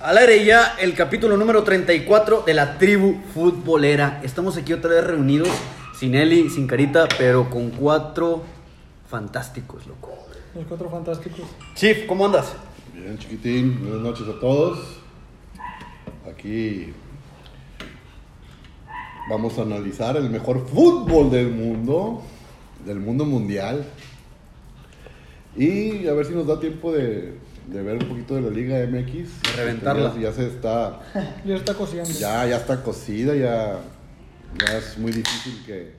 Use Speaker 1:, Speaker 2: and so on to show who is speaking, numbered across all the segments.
Speaker 1: Al aire ya el capítulo número 34 de la tribu futbolera. Estamos aquí otra vez reunidos, sin Eli, sin Carita, pero con cuatro fantásticos, loco.
Speaker 2: Los cuatro fantásticos.
Speaker 1: Chief, ¿cómo andas?
Speaker 3: Bien, chiquitín, buenas noches a todos. Aquí vamos a analizar el mejor fútbol del mundo, del mundo mundial. Y a ver si nos da tiempo de, de ver un poquito de la Liga MX.
Speaker 1: De reventarla.
Speaker 3: Ya, ya se está,
Speaker 2: Ya está cociendo.
Speaker 3: ya, ya está cocida, ya, ya es muy difícil que,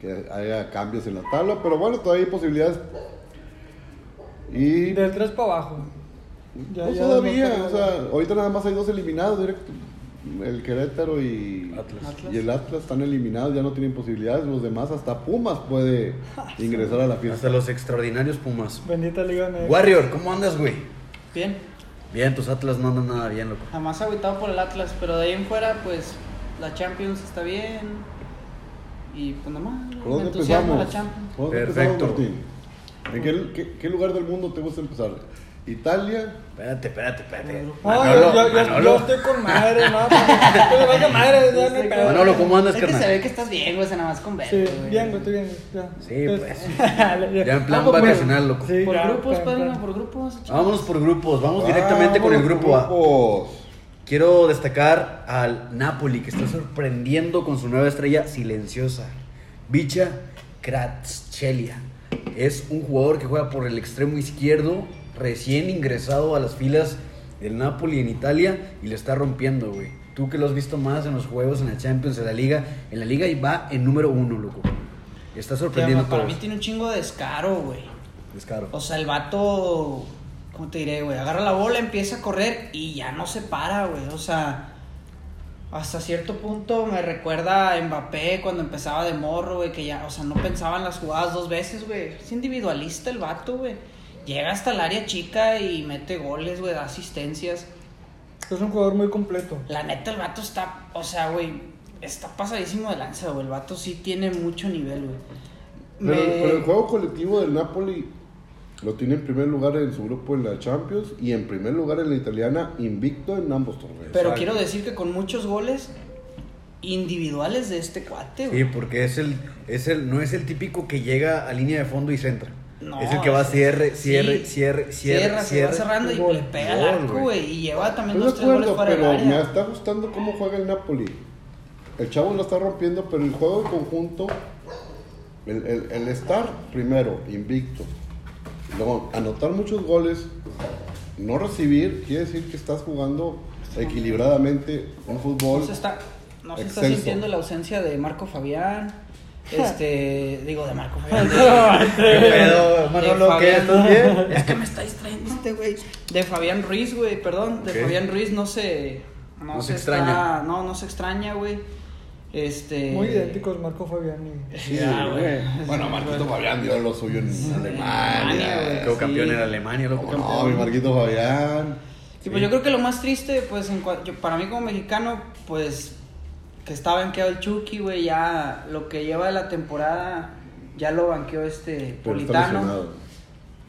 Speaker 3: que haya cambios en la tabla, pero bueno, todavía hay posibilidades. Y
Speaker 2: Y del 3 para abajo. Ya,
Speaker 3: no
Speaker 2: ya
Speaker 3: todavía,
Speaker 2: no-
Speaker 3: o sea, ahorita nada más hay dos eliminados directo. El Querétaro y,
Speaker 1: Atlas.
Speaker 3: y el Atlas están eliminados, ya no tienen posibilidades. Los demás, hasta Pumas puede ingresar a la
Speaker 1: Hasta
Speaker 3: fiesta.
Speaker 1: los extraordinarios Pumas.
Speaker 2: Bendita Liga MX.
Speaker 1: Warrior, ¿cómo andas, güey?
Speaker 4: Bien,
Speaker 1: Bien, tus Atlas no andan nada bien, loco.
Speaker 4: jamás aguitado por el Atlas, pero de ahí en fuera, pues la Champions está bien. Y pues nada más.
Speaker 3: ¿Por dónde
Speaker 4: me entusiasma
Speaker 3: empezamos?
Speaker 4: la Champions.
Speaker 3: ¿Por dónde
Speaker 1: Perfecto.
Speaker 3: empezamos, Martín? ¿En qué, qué- qué lugar del mundo te gusta empezar? ¿Italia?
Speaker 1: Espérate, espérate, espérate.
Speaker 2: Ay,
Speaker 1: Manolo,
Speaker 2: yo, yo- yo
Speaker 1: Manolo.
Speaker 2: estoy con madre, no. Yo le valgo madre, ya no hay pedo.
Speaker 1: Manolo, ¿cómo andas,
Speaker 4: Es que se
Speaker 1: carnal?
Speaker 4: ve que estás bien, güey, o sea, nada más con ver.
Speaker 2: Sí, bien, güey, estoy bien. Ya.
Speaker 1: Sí, pues.
Speaker 2: ya.
Speaker 1: Ya en plan
Speaker 2: Ah, pues,
Speaker 1: vacacional, loco.
Speaker 2: Sí,
Speaker 4: Por
Speaker 2: ya,
Speaker 4: grupos,
Speaker 2: plan,
Speaker 4: padrino,
Speaker 2: plan.
Speaker 4: por grupos.
Speaker 1: Vámonos por grupos, vamos
Speaker 2: Ah,
Speaker 1: directamente con el grupo A. Quiero destacar al Napoli, que está sorprendiendo con su nueva estrella silenciosa, Bicha Kratschelia. Es un jugador que juega por el extremo izquierdo, recién ingresado a las filas del Napoli en Italia y le está rompiendo, güey. Tú que lo has visto más en los juegos, en la Champions, en la Liga, en la Liga y va en número uno, loco. Está sorprendiendo a
Speaker 4: para mí
Speaker 1: todos.
Speaker 4: tiene un chingo de descaro, güey.
Speaker 1: Descaro.
Speaker 4: O sea, el vato, ¿cómo te diré, güey? Agarra la bola, empieza a correr y ya no se para, güey. O sea, hasta cierto punto me recuerda a Mbappé cuando empezaba de morro, güey, que ya, o sea, no pensaba en las jugadas dos veces, güey. Es individualista el vato, güey. Llega hasta el área chica y mete goles, güey, da asistencias.
Speaker 2: Es un jugador muy completo.
Speaker 4: La neta, el vato está, o sea, güey, está pasadísimo de lanza, güey. El vato sí tiene mucho nivel, güey.
Speaker 3: Pero,
Speaker 4: Me-
Speaker 3: pero el juego colectivo del Napoli lo tiene en primer lugar en su grupo en la Champions y en primer lugar en la italiana, invicto en ambos torneos.
Speaker 4: Pero quiero decir que con muchos goles individuales de este cuate, güey.
Speaker 1: Sí, porque es el, es el, no es el típico que llega a línea de fondo y centra.
Speaker 4: No,
Speaker 1: es el que va cierre,
Speaker 4: sí.
Speaker 1: cierre, cierre, cierre,
Speaker 4: Cierra, se va cerrando y
Speaker 1: Gol,
Speaker 4: le pega al
Speaker 1: gol,
Speaker 4: arco, güey. Y lleva también
Speaker 3: Estoy de
Speaker 4: dos, tres goles
Speaker 3: acuerdo,
Speaker 4: para el
Speaker 3: pero me
Speaker 4: área.
Speaker 3: está gustando cómo juega el Napoli. El chavo lo está rompiendo, pero el juego en conjunto, el, el- el estar primero, invicto, luego anotar muchos goles, no recibir, quiere decir que estás jugando equilibradamente un fútbol.
Speaker 4: No se está, no se está
Speaker 3: Excelso.
Speaker 4: sintiendo la ausencia de Marco Fabián. Este, digo, de Marco Fabián.
Speaker 1: ¿Qué pedo, Manolo? ¿Qué? ¿Estás bien?
Speaker 4: Es que me está distrayendo este, güey. De Fabián Ruiz, güey, perdón. De
Speaker 1: Ok.
Speaker 4: Fabián Ruiz no se. No,
Speaker 1: No se
Speaker 4: se,
Speaker 1: extraña.
Speaker 4: está- no, no se extraña, güey. Este.
Speaker 2: Muy idénticos Marco Fabián y.
Speaker 3: Sí,
Speaker 4: Ah, güey.
Speaker 3: güey. Bueno, Marquito Fabián dio lo suyo en
Speaker 4: Alemania,
Speaker 3: Alemania.
Speaker 4: Ah, güey.
Speaker 1: Quedó campeón
Speaker 4: Sí.
Speaker 1: en Alemania, loco.
Speaker 3: ¿Cómo no, mi Marquito Fabián.
Speaker 4: Sí, pues yo creo que lo más triste, pues en cua- yo- para mí como mexicano, pues que está banqueado el Chucky, güey, ya lo que lleva de la temporada, ya lo banqueó este
Speaker 3: Pero está
Speaker 4: Politano.
Speaker 3: lesionado.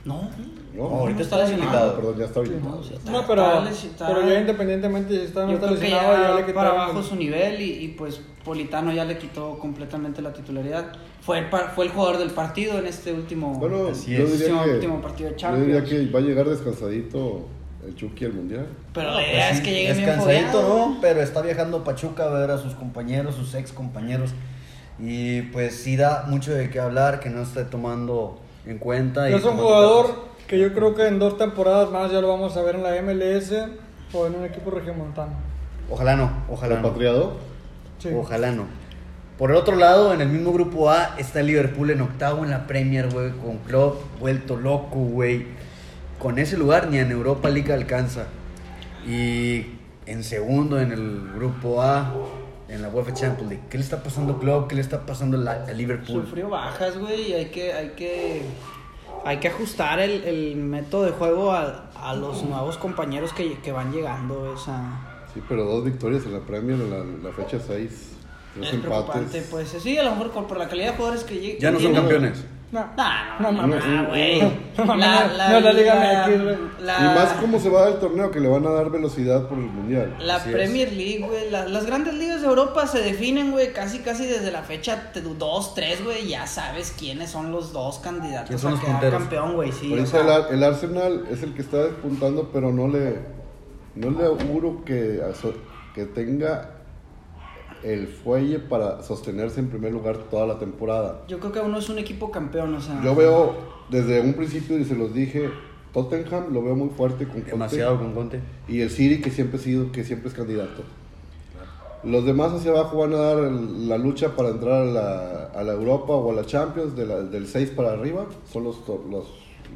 Speaker 4: No,
Speaker 3: No,
Speaker 1: ahorita está
Speaker 3: Ah,
Speaker 1: lesionado.
Speaker 3: perdón, ya está habilitado.
Speaker 2: No, pero,
Speaker 4: está-
Speaker 2: pero ya independientemente si está, no
Speaker 4: yo
Speaker 2: está
Speaker 4: creo que
Speaker 2: lesionado, ya
Speaker 4: ya
Speaker 2: le
Speaker 4: para
Speaker 2: quitaron
Speaker 4: abajo
Speaker 2: el-
Speaker 4: su nivel y, y, pues Politano ya le quitó completamente la titularidad. Fue el, par- fue el jugador del partido en este último...
Speaker 3: Bueno,
Speaker 1: Así
Speaker 3: yo
Speaker 1: es.
Speaker 3: diría,
Speaker 4: Último-
Speaker 3: que,
Speaker 4: último partido de
Speaker 3: yo diría
Speaker 4: Champions.
Speaker 3: que va a llegar descansadito el Chucky al Mundial.
Speaker 4: pero
Speaker 1: No,
Speaker 4: la
Speaker 1: pues
Speaker 4: idea es
Speaker 1: sí,
Speaker 4: que llegue bien
Speaker 1: Descansadito,
Speaker 4: fogueado.
Speaker 1: ¿no? Pero está viajando a Pachuca a ver a sus compañeros, sus ex compañeros. Y pues sí da mucho de qué hablar, que no esté tomando en cuenta. y
Speaker 2: Es un
Speaker 1: tomando
Speaker 2: jugador que yo creo que en dos temporadas más ya lo vamos a ver en la MLS o en un equipo regiomontano.
Speaker 1: cartas. Ojalá no, ojalá no.
Speaker 3: Repatriado.
Speaker 2: Sí.
Speaker 1: Ojalá no. Por el otro lado, en el mismo grupo A está el Liverpool en octavo en la Premier, güey, con Klopp vuelto loco, güey. Con ese lugar ni en Europa League alcanza. Y en segundo en el grupo A, en la UEFA Champions League. ¿Qué le está pasando a Klopp? ¿Qué le está pasando la- a Liverpool?
Speaker 4: Sufrió bajas, güey, y hay que, hay que, hay que ajustar el, el método de juego a, a los nuevos compañeros que, que van llegando, güey, o sea,
Speaker 3: Sí, pero dos victorias en la Premier en la, la fecha 6. Tres
Speaker 4: es pues,
Speaker 3: empates.
Speaker 4: preocupante, pues, sí, a lo mejor por, por la calidad de jugadores que llegan.
Speaker 1: Ya no son
Speaker 3: Digo,
Speaker 1: campeones.
Speaker 2: No.
Speaker 4: Nah,
Speaker 2: No
Speaker 4: no, no,
Speaker 3: mames.
Speaker 4: no, güey.
Speaker 2: No mames, no es la Liga MX, güey.
Speaker 4: la-
Speaker 3: Y más cómo se va el torneo, que le van a dar velocidad por el mundial.
Speaker 4: La
Speaker 1: Así es.
Speaker 4: Premier League, güey. la- las grandes ligas de Europa se definen, güey, casi casi desde la fecha 2, 3, güey. Ya sabes quiénes son los dos
Speaker 1: ¿Quiénes
Speaker 4: candidatos
Speaker 1: son
Speaker 4: a
Speaker 1: los
Speaker 4: quedar
Speaker 1: punteros?
Speaker 4: campeón, güey. Sí,
Speaker 3: Por
Speaker 4: o
Speaker 3: eso
Speaker 4: sea,
Speaker 3: el, Ar- el Arsenal es el que está despuntando, pero no le, no le auguro que, aso- que tenga el fuelle para sostenerse en primer lugar toda la temporada.
Speaker 4: Yo creo que uno es un equipo campeón, o sea.
Speaker 3: Yo veo desde un principio, y se los dije, Tottenham lo veo muy fuerte con Conte.
Speaker 1: Demasiado con Conte.
Speaker 3: y el City que siempre ha sido que siempre es candidato. Los demás hacia abajo van a dar el- la lucha para entrar a la, a la Europa o a la Champions de la- del 6 para arriba, son los, to- los,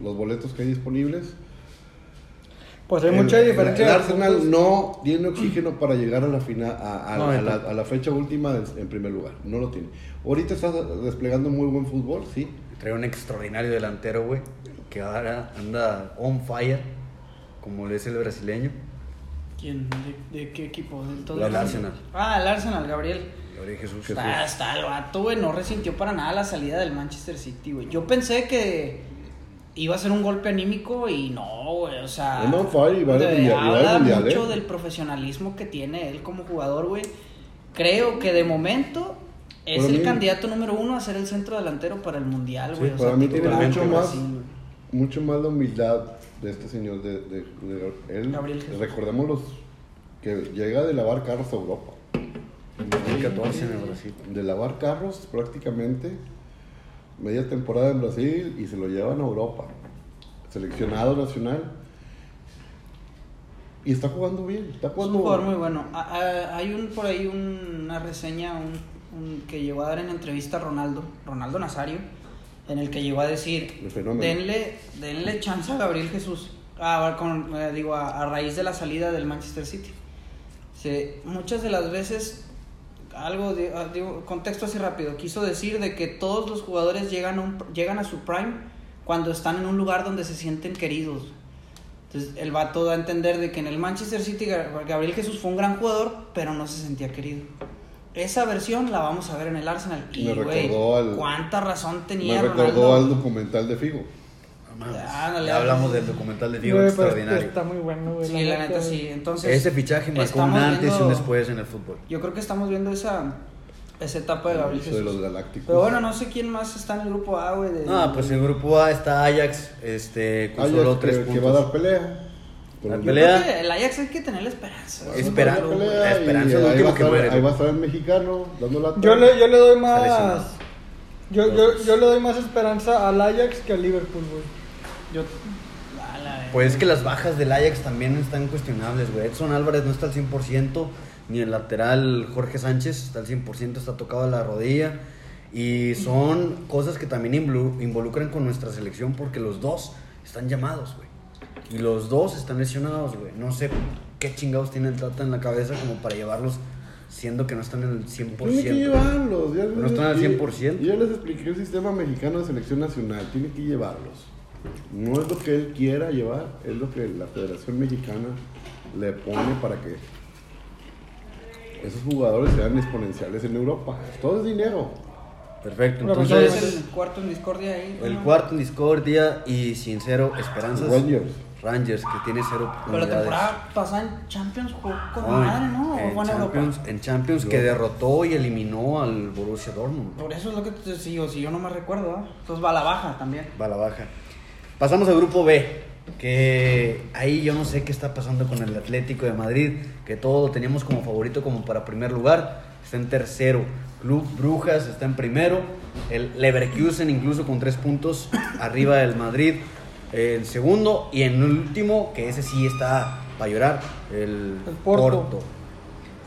Speaker 3: los boletos que hay disponibles.
Speaker 2: Pues hay
Speaker 3: El-
Speaker 2: mucha diferencia.
Speaker 3: El,
Speaker 2: de
Speaker 3: Arsenal
Speaker 2: puntos.
Speaker 3: no tiene oxígeno para llegar a la final, a, a-
Speaker 1: No,
Speaker 3: a
Speaker 1: no.
Speaker 3: la, a la fecha última en- en primer lugar, no lo tiene. Ahorita está desplegando muy buen fútbol, sí,
Speaker 1: Trae un extraordinario delantero, güey. Que ahora anda on fire. Como lo es el brasileño.
Speaker 4: ¿Quién? ¿De, de qué equipo? ¿Del
Speaker 1: El Arsenal.
Speaker 4: Ah, el Arsenal, Gabriel.
Speaker 1: Gabriel Jesús.
Speaker 4: Está, está el vato, güey. No resintió para nada la salida del Manchester City, güey. Yo pensé que iba a ser un golpe anímico y no, güey. O sea.
Speaker 3: Anda on fire y va a
Speaker 4: de-
Speaker 3: ir al mundial- y va a ir al
Speaker 4: habla
Speaker 3: mundial,
Speaker 4: mucho
Speaker 3: eh.
Speaker 4: del profesionalismo que tiene él como jugador, güey. Creo que de momento es
Speaker 3: Para
Speaker 4: el
Speaker 3: mí-
Speaker 4: candidato número uno a ser el centro delantero para el mundial,
Speaker 1: Sí,
Speaker 4: güey. o sea,
Speaker 3: para mí tiene
Speaker 4: titular,
Speaker 1: mucho
Speaker 4: algo
Speaker 3: más-
Speaker 4: así, güey.
Speaker 3: mucho más la humildad de este señor de, de, de- él
Speaker 4: Gabriel Jesús.
Speaker 3: recordemos los que llega de lavar carros a Europa
Speaker 1: 2014 en el Brasil.
Speaker 3: de lavar carros prácticamente media temporada en Brasil y se lo llevan a Europa seleccionado nacional y está jugando bien está
Speaker 4: Es un
Speaker 3: jugando
Speaker 4: jugador muy bueno. A- a- hay un por ahí un- una reseña un, un- que llegó a dar en entrevista a Ronaldo, Ronaldo Nazario, en el que llegó a decir,
Speaker 3: El fenómeno.
Speaker 4: denle, denle chance a Gabriel Jesús, Ah, con- eh, digo, a, a raíz de la salida del Manchester City. Se- muchas de las veces, algo, de- ah, digo, contexto así rápido, quiso decir de que todos los jugadores llegan a, un- llegan a su prime cuando están en un lugar donde se sienten queridos. Entonces el vato da a entender de que en el Manchester City Gab- Gabriel Jesús fue un gran jugador, pero no se sentía querido. Esa versión la vamos a ver en el Arsenal. Y,
Speaker 3: Me
Speaker 4: güey,
Speaker 3: recordó al-
Speaker 4: cuánta razón tenía
Speaker 3: me recordó al
Speaker 4: Ronaldo.
Speaker 3: documental de Figo
Speaker 1: No mames.
Speaker 4: Ah, dale,
Speaker 1: Ya hablamos
Speaker 4: dale.
Speaker 1: del documental de
Speaker 2: Güey,
Speaker 1: Diego
Speaker 2: pero
Speaker 1: extraordinario.
Speaker 2: Está muy bueno, güey.
Speaker 4: Sí, la neta sí. Entonces,
Speaker 1: Ese fichaje marcó un
Speaker 4: estamos
Speaker 1: antes y
Speaker 4: viendo-
Speaker 1: un después en el fútbol.
Speaker 4: Yo creo que estamos viendo esa, esa etapa de Gabriel
Speaker 3: de los
Speaker 4: Jesús.
Speaker 3: galácticos
Speaker 4: Pero bueno, no sé quién más está en el grupo A, güey. de-
Speaker 1: No, pues en el grupo A está Ajax, este, con
Speaker 3: Ajax
Speaker 1: solo
Speaker 3: Ah, que-
Speaker 1: tres
Speaker 3: que,
Speaker 1: puntos.
Speaker 3: va a dar pelea
Speaker 1: La
Speaker 4: Yo
Speaker 3: Con-
Speaker 1: pelea.
Speaker 4: creo que el Ajax hay que tener la esperanza. güey.
Speaker 1: Espera-
Speaker 3: Va a dar
Speaker 1: la esperanza es lo
Speaker 3: y
Speaker 1: último
Speaker 3: ahí va a
Speaker 1: que
Speaker 3: estar-
Speaker 1: muere,
Speaker 3: Ahí
Speaker 1: güey.
Speaker 3: va a estar el mexicano dando la
Speaker 2: Yo le, yo le doy
Speaker 1: lesionado.
Speaker 2: más. Yo, yo, yo le doy más esperanza al Ajax que al Liverpool, güey.
Speaker 4: Yo... A la vez.
Speaker 1: Pues es que las bajas del Ajax también están cuestionables, güey. Edson Álvarez no está al 100%, ni el lateral Jorge Sánchez está al 100%, está tocado a la rodilla. Y son cosas que también involu- involucran con nuestra selección porque los dos están llamados, güey. Y los dos están lesionados, güey. No sé qué chingados tiene el Tata en la cabeza como para llevarlos siendo que no están en el 100%.
Speaker 3: Pues Tiene que llevarlos. ya
Speaker 1: No
Speaker 3: les-
Speaker 1: están al
Speaker 3: y-
Speaker 1: 100%.
Speaker 3: y Yo les expliqué el sistema mexicano de selección nacional. Tiene que llevarlos. No es lo que él quiera llevar, es lo que la Federación Mexicana le pone para que esos jugadores sean exponenciales en Europa. Todo es dinero.
Speaker 1: Perfecto,
Speaker 2: Pero
Speaker 1: entonces...
Speaker 2: pues,
Speaker 4: es el cuarto en discordia ahí.
Speaker 1: El
Speaker 4: ¿no?
Speaker 1: cuarto en discordia y sin cero esperanzas.
Speaker 3: Rangers.
Speaker 1: Rangers, que tiene cero
Speaker 4: Pero la
Speaker 1: unidades.
Speaker 4: temporada pasada en Champions jugó con
Speaker 1: No,
Speaker 4: madre, ¿no? O
Speaker 1: En,
Speaker 4: fue en
Speaker 1: Champions,
Speaker 4: Europa.
Speaker 1: en Champions que derrotó y eliminó al Borussia Dortmund.
Speaker 4: Por eso es lo que te digo, si yo no me recuerdo, ¿ah? Entonces va a la baja también.
Speaker 1: Va a la baja. Pasamos al grupo B, que ahí yo no sé qué está pasando con el Atlético de Madrid, que todo lo teníamos como favorito como para primer lugar, está en tercero. Club Brujas está en primero, el Leverkusen incluso con tres puntos arriba del Madrid eh, en segundo y en último, que ese sí está para llorar, el,
Speaker 2: El
Speaker 1: Porto.
Speaker 2: Porto.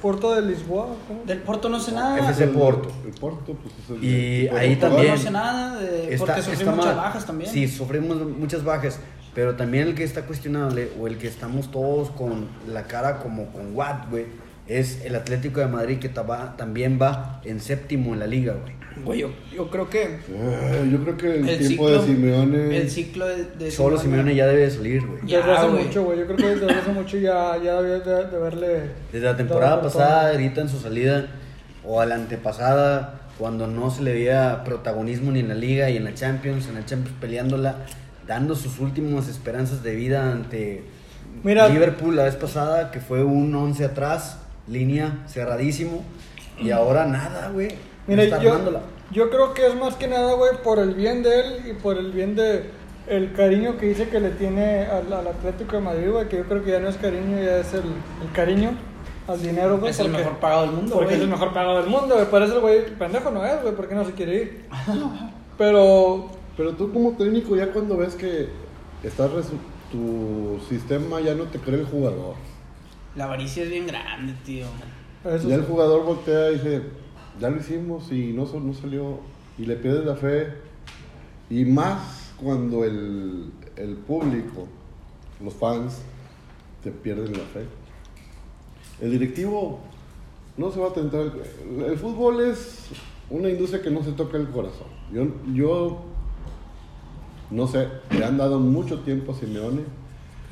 Speaker 2: Puerto de Lisboa. ¿no?
Speaker 4: Del Porto no sé
Speaker 1: Ese
Speaker 4: nada.
Speaker 1: es el
Speaker 3: Ah.
Speaker 1: Porto.
Speaker 3: El Porto, pues es el.
Speaker 1: Y
Speaker 3: el-
Speaker 1: ahí
Speaker 3: el-
Speaker 4: Porto
Speaker 1: también.
Speaker 4: No sé nada, de-
Speaker 1: Está-
Speaker 4: porque sufrió
Speaker 1: está
Speaker 4: muchas
Speaker 1: mal.
Speaker 4: bajas también.
Speaker 1: Sí, sufrimos muchas bajas. Pero también el que está cuestionable, o el que estamos todos con la cara como con Watt, güey, es el Atlético de Madrid que taba- también va en séptimo en la liga, güey.
Speaker 4: Güey, yo, yo creo que
Speaker 3: Ah, yo creo que el,
Speaker 4: el
Speaker 3: tiempo
Speaker 4: ciclo,
Speaker 3: de Simeone.
Speaker 4: el ciclo de, de
Speaker 1: Solo Simeone ya debe de salir, güey.
Speaker 4: Ya,
Speaker 2: desde hace
Speaker 4: güey.
Speaker 2: mucho, güey. Yo creo que desde hace mucho ya, ya debió de, de verle.
Speaker 1: Desde la temporada
Speaker 2: dado por todo.
Speaker 1: pasada gritan su salida, o a la antepasada, cuando no se le diera protagonismo ni en la liga y en la Champions, en la Champions peleándola, dando sus últimas esperanzas de vida ante
Speaker 2: Mira-
Speaker 1: Liverpool la vez pasada, que fue un 11 atrás, línea cerradísimo, y ahora nada, güey. no
Speaker 2: Mira,
Speaker 1: está
Speaker 2: yo,
Speaker 1: armándola.
Speaker 2: yo creo que es más que nada, güey, por el bien de él y por el bien de el cariño que dice que le tiene al, al Atlético de Madrid, güey, que yo creo que ya no es cariño, ya es el, el cariño al dinero, güey.
Speaker 4: Es el
Speaker 2: porque-
Speaker 4: mejor pagado del mundo,
Speaker 2: Porque
Speaker 4: güey.
Speaker 2: es el mejor pagado del mundo, güey. Por eso el güey pendejo no es, güey, porque no se quiere ir. Pero
Speaker 3: Pero tú como técnico ya cuando ves que estás resu- tu sistema ya no te cree el jugador.
Speaker 4: La avaricia es bien grande, tío.
Speaker 2: eso
Speaker 3: Ya el
Speaker 2: sí.
Speaker 3: jugador voltea y dice, ya lo hicimos y no, sal- no salió. Y le pierdes la fe. Y más cuando el, el público, los fans, te pierden la fe. El directivo no se va a tentar. El, el fútbol es una industria que no se toca el corazón. Yo, yo no sé, le han dado mucho tiempo a Simeone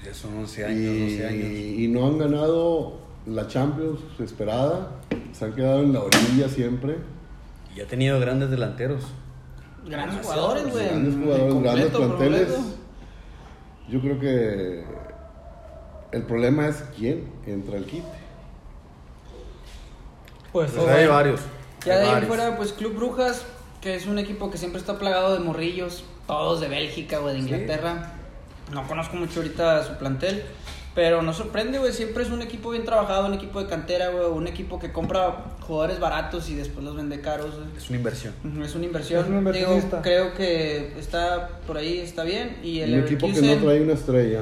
Speaker 1: Ya son 11 años, 12 años.
Speaker 3: y, y no han ganado la Champions esperada. Se han quedado en la orilla siempre.
Speaker 1: Y ha tenido grandes delanteros.
Speaker 4: Grandes jugadores, güey.
Speaker 3: grandes jugadores, grandes
Speaker 4: Pues, Completo,
Speaker 3: planteles.
Speaker 4: completo.
Speaker 3: Yo creo que el problema es quién entra al kit.
Speaker 2: Pues,
Speaker 1: Pues
Speaker 2: güey,
Speaker 1: hay varios.
Speaker 4: Ya
Speaker 1: hay
Speaker 4: de ahí en
Speaker 1: varios.
Speaker 4: fuera, pues Club Brujas, que es un equipo que siempre está plagado de morrillos, todos de Bélgica, güey, de Inglaterra. No conozco mucho ahorita su plantel, pero no sorprende, güey, siempre es un equipo bien trabajado, un equipo de cantera, güey, un equipo que compra jugadores baratos y después los vende caros, güey.
Speaker 1: Es una inversión.
Speaker 4: Ujú, Es una inversión,
Speaker 2: Es un
Speaker 4: digo,
Speaker 2: inversionista.
Speaker 4: creo que está por ahí, está bien. Y el
Speaker 3: un equipo que no
Speaker 4: Leverkusen-
Speaker 3: trae una estrella,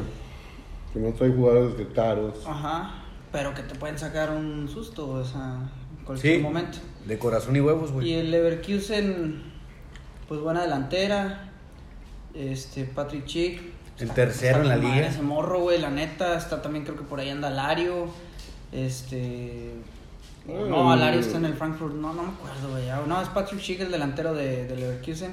Speaker 3: que no trae jugadores de caros.
Speaker 4: Ajá, pero que te pueden sacar un susto, o sea, en cualquier
Speaker 1: Sí.
Speaker 4: momento.
Speaker 1: De corazón y huevos,
Speaker 4: Y
Speaker 1: güey.
Speaker 4: el Leverkusen, pues buena delantera. Este, Patrick Chick.
Speaker 1: El tercero en la
Speaker 4: con
Speaker 1: liga.
Speaker 4: madre Ese morro, güey, la neta. Está también, creo que por ahí anda Alario. Este. No,
Speaker 3: Ay.
Speaker 4: Alario está en el Frankfurt. No, no me acuerdo, güey. Ah, No, es Patrick Chick, el delantero de, de Leverkusen.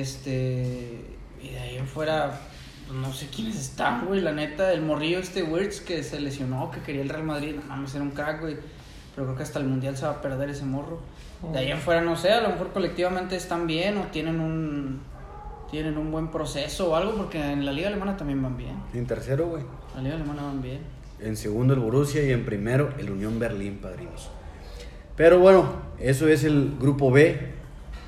Speaker 4: Este. Y de ahí en fuera. pues, No sé quiénes están, güey. La neta, el morrillo este Wirtz que se lesionó, que quería el Real Madrid. No mames, era un crack, güey. Pero creo que hasta el mundial se va a perder ese morro. De ahí en fuera, no sé, a lo mejor colectivamente están bien o tienen un. Tienen un buen proceso o algo, porque en la Liga Alemana también van bien.
Speaker 1: En tercero, güey.
Speaker 4: En la Liga Alemana van bien.
Speaker 1: En segundo el Borussia y en primero el Unión Berlín, padrinos. Pero bueno, eso es el grupo B